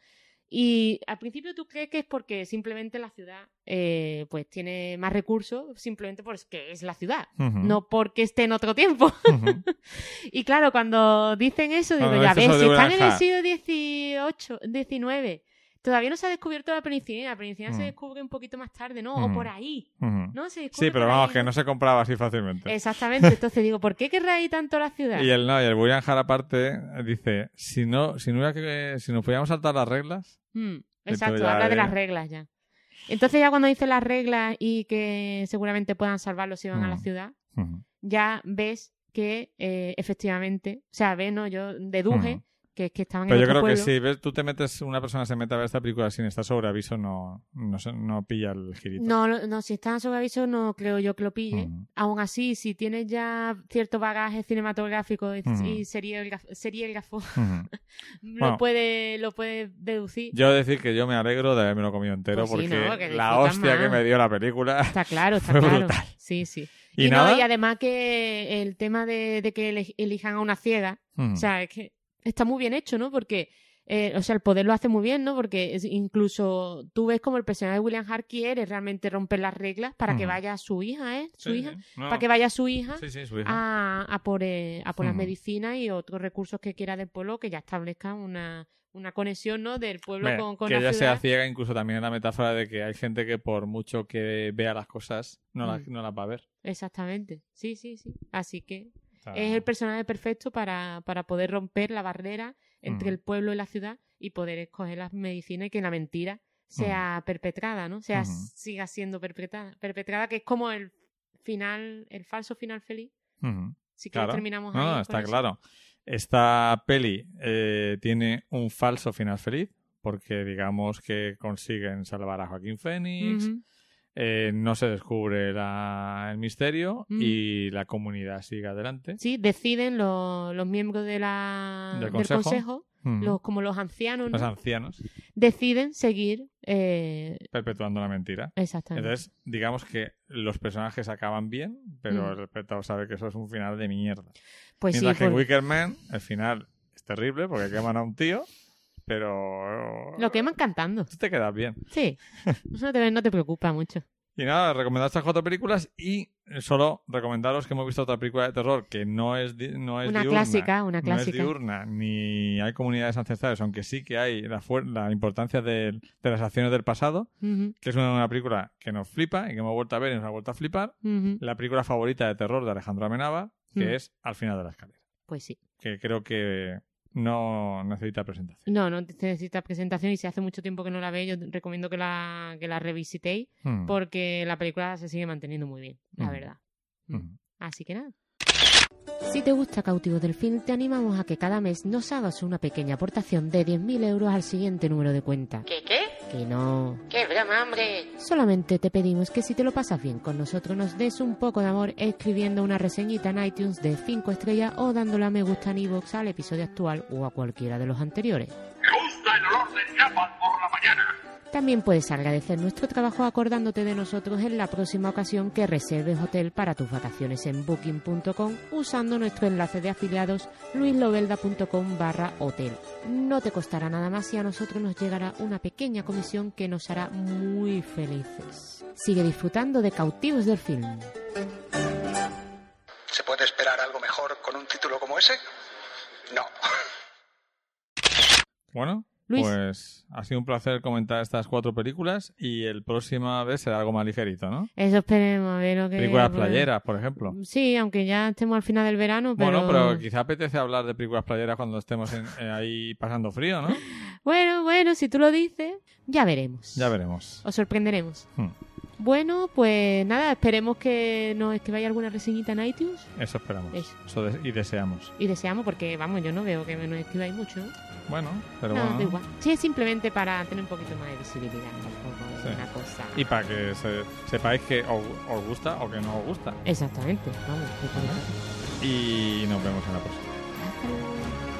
C: Y al principio tú crees que es porque simplemente la ciudad eh, pues tiene más recursos, simplemente porque es la ciudad,
B: Ujú.
C: no porque esté en otro tiempo.
B: Ujú.
C: Y claro, cuando dicen eso, digo,
B: Cuando
C: ya
B: dices
C: ves,
B: eso
C: si
B: de
C: están en el
B: Granja.
C: siglo XVIII, XIX, todavía no se ha descubierto la penicilina, la penicilina se
B: Mm.
C: descubre un poquito más tarde, ¿no?
B: Mm.
C: O por ahí,
B: Ujú.
C: ¿no? Se descubre
B: Sí, pero
C: por
B: vamos,
C: ahí.
B: que no se compraba así fácilmente.
C: Exactamente, entonces digo, ¿por qué querrá ir tanto la ciudad?
B: Y el no, y el Burianjar aparte eh, dice, si no, si no hubiera que, si nos podíamos saltar las reglas,
C: Mm,
B: Entonces
C: exacto,
B: ya
C: habla de
B: de- E.
C: las reglas ya. Entonces ya cuando dice las reglas y que seguramente puedan salvarlos si van a la
B: Mm.
C: ciudad,
B: ujú,
C: ya ves que eh, efectivamente, o sea, ves, no, yo deduje
B: Mm.
C: que es que estaban
B: Pero
C: en
B: yo
C: otro
B: creo que
C: pueblo.
B: si ves, tú te metes, una persona se mete a ver esta película sin estar sobre aviso, no, no, se- no pilla el girito.
C: No, no, no, si están sobre aviso no creo yo que lo pille.
B: Ujú.
C: Aún así, si tienes ya cierto bagaje cinematográfico y,
B: Ujú.
C: y serielga- seriégrafo,
B: Ujú.
C: lo
B: Mm. Bueno.
C: puede lo puede deducir.
B: Yo decir que yo me alegro de haberme lo comido entero
C: Pues sí,
B: porque
C: ¿no? Que
B: la
C: disfrutas
B: hostia que
C: más.
B: me dio la película.
C: Está claro, está
B: Fue
C: claro.
B: brutal.
C: Sí, sí.
B: Y,
C: Y, no,
B: nada.
C: y además que el tema de, de que ele- elijan a una ciega,
B: Ujú.
C: o sea, es que está muy bien hecho, ¿no? Porque, eh, o sea, el poder lo hace muy bien, ¿no? Porque es- incluso tú ves como el personaje de William Hart quiere realmente romper las reglas para que
B: Ujú.
C: vaya su hija, ¿eh? Su
B: Sí,
C: hija.
B: sí. No.
C: Para que vaya Ah, su hija
B: Sí, sí, su hija.
C: a, a por, eh, a por las
B: Ujú.
C: medicinas y otros recursos que quiera del pueblo que ya establezca una, una conexión, ¿no? Del pueblo
B: Hombre,
C: con, con
B: que
C: la
B: ella
C: ciudad.
B: sea ciega, incluso también en la metáfora de que hay gente que por mucho que vea las cosas, no, las,
C: Mm.
B: no las va a ver.
C: Exactamente. Sí, sí, sí. Así que
B: O sea,
C: Es el personaje perfecto para, para poder romper la barrera entre
B: Mm.
C: el pueblo y la ciudad y poder escoger las medicinas y que la mentira sea perpetrada, ¿no? Sea,
B: Mm. Ujú.
C: siga siendo perpetrada, perpetrada, que es como el final, el falso final feliz.
B: Ujú.
C: Si quieres
B: Claro.
C: terminamos
B: No,
C: ahí
B: no,
C: con
B: está
C: eso.
B: claro. Esta peli eh, tiene un falso final feliz, porque digamos que consiguen salvar a Joaquín Phoenix,
C: Ujú.
B: eh, no se descubre la- el misterio
C: Mm.
B: y la comunidad sigue adelante.
C: Sí, deciden lo- los miembros de la,
B: Del
C: del
B: consejo.
C: consejo,
B: Ujú.
C: los, como los ancianos, ¿no?
B: Mm. Los ancianos
C: deciden seguir. eh,
B: perpetuando la mentira.
C: exactamente.
B: Entonces, digamos que los personajes acaban bien, pero
C: Mm.
B: el espectador sabe que eso es un final de mierda.
C: pues sí,
B: Mientras que en
C: por-
B: Wicker Man, el final es terrible porque queman a un tío, pero...
C: lo queman cantando.
B: Tú te quedas bien.
C: Sí, eso no te, no te preocupa mucho.
B: Y nada, recomendar estas cuatro películas y eh, solo recomendaros que hemos visto otra película de terror que no es, di- no es
C: Una
B: diurna.
C: clásica, una
B: No es
C: clásica.
B: diurna, ni hay comunidades ancestrales, aunque sí que hay la, fuer- la importancia del- de las acciones del pasado,
C: Ujú,
B: que es una, una película que nos flipa y que hemos vuelto a ver y nos ha vuelto a flipar.
C: ujú.
B: La película favorita de terror de Alejandro Amenaba, que
C: Mm.
B: es Al final de la escalera,
C: Pues sí.
B: que creo que no necesita presentación.
C: No, no te necesita presentación y si hace mucho tiempo que no la ve, yo recomiendo que la, que la revisitéis
B: Mm,
C: porque la película se sigue manteniendo muy bien, la
B: Mm.
C: verdad.
B: mm.
C: Así que nada. Si te gusta Cautivo del Film, te animamos a que cada mes nos hagas una pequeña aportación de 10.000 euros al siguiente número de cuenta.
D: ¿Qué qué?
C: Que no.
D: ¡Qué broma, hombre!
C: Solamente te pedimos que si te lo pasas bien con nosotros nos des un poco de amor escribiendo una reseñita en iTunes de 5 estrellas o dándole a me gusta en iVoox al episodio actual o a cualquiera de los anteriores. También puedes agradecer nuestro trabajo acordándote de nosotros en la próxima ocasión que reserves hotel para tus vacaciones en booking.com usando nuestro enlace de afiliados luislovelda.com barra hotel. No te costará nada más y a nosotros nos llegará una pequeña comisión que nos hará muy felices. Sigue disfrutando de Cautivos del Film.
A: ¿Se puede esperar algo mejor con un título como ese? No.
B: Bueno,
C: Luis.
B: pues ha sido un placer comentar estas cuatro películas y el próximo vez será algo más ligerito, ¿no?
C: Eso esperemos a ver lo que...
B: Películas
C: bueno,
B: playeras, por ejemplo.
C: Sí, aunque ya estemos al final del verano, Mm, pero...
B: Bueno, pero quizá apetece hablar de películas playeras cuando estemos en- eh, ahí pasando frío, ¿no?
C: Bueno, bueno, si tú lo dices, ya veremos.
B: Ya veremos.
C: Os sorprenderemos.
B: Hmm.
C: Bueno, pues nada, esperemos que nos escribáis alguna reseñita en iTunes.
B: Eso esperamos.
C: Eso.
B: Eso de- y deseamos.
C: Y deseamos, porque vamos, yo no veo que nos escribáis mucho. ¿eh?
B: Bueno, pero
C: no, da
B: bueno.
C: igual. Sí, es simplemente para tener un poquito más de visibilidad. Tampoco es
B: Sí.
C: una cosa.
B: Y para que se- sepáis que os, os gusta o que no os gusta.
C: Exactamente, vamos. que por-
B: Y nos vemos en la próxima.
C: Hasta luego.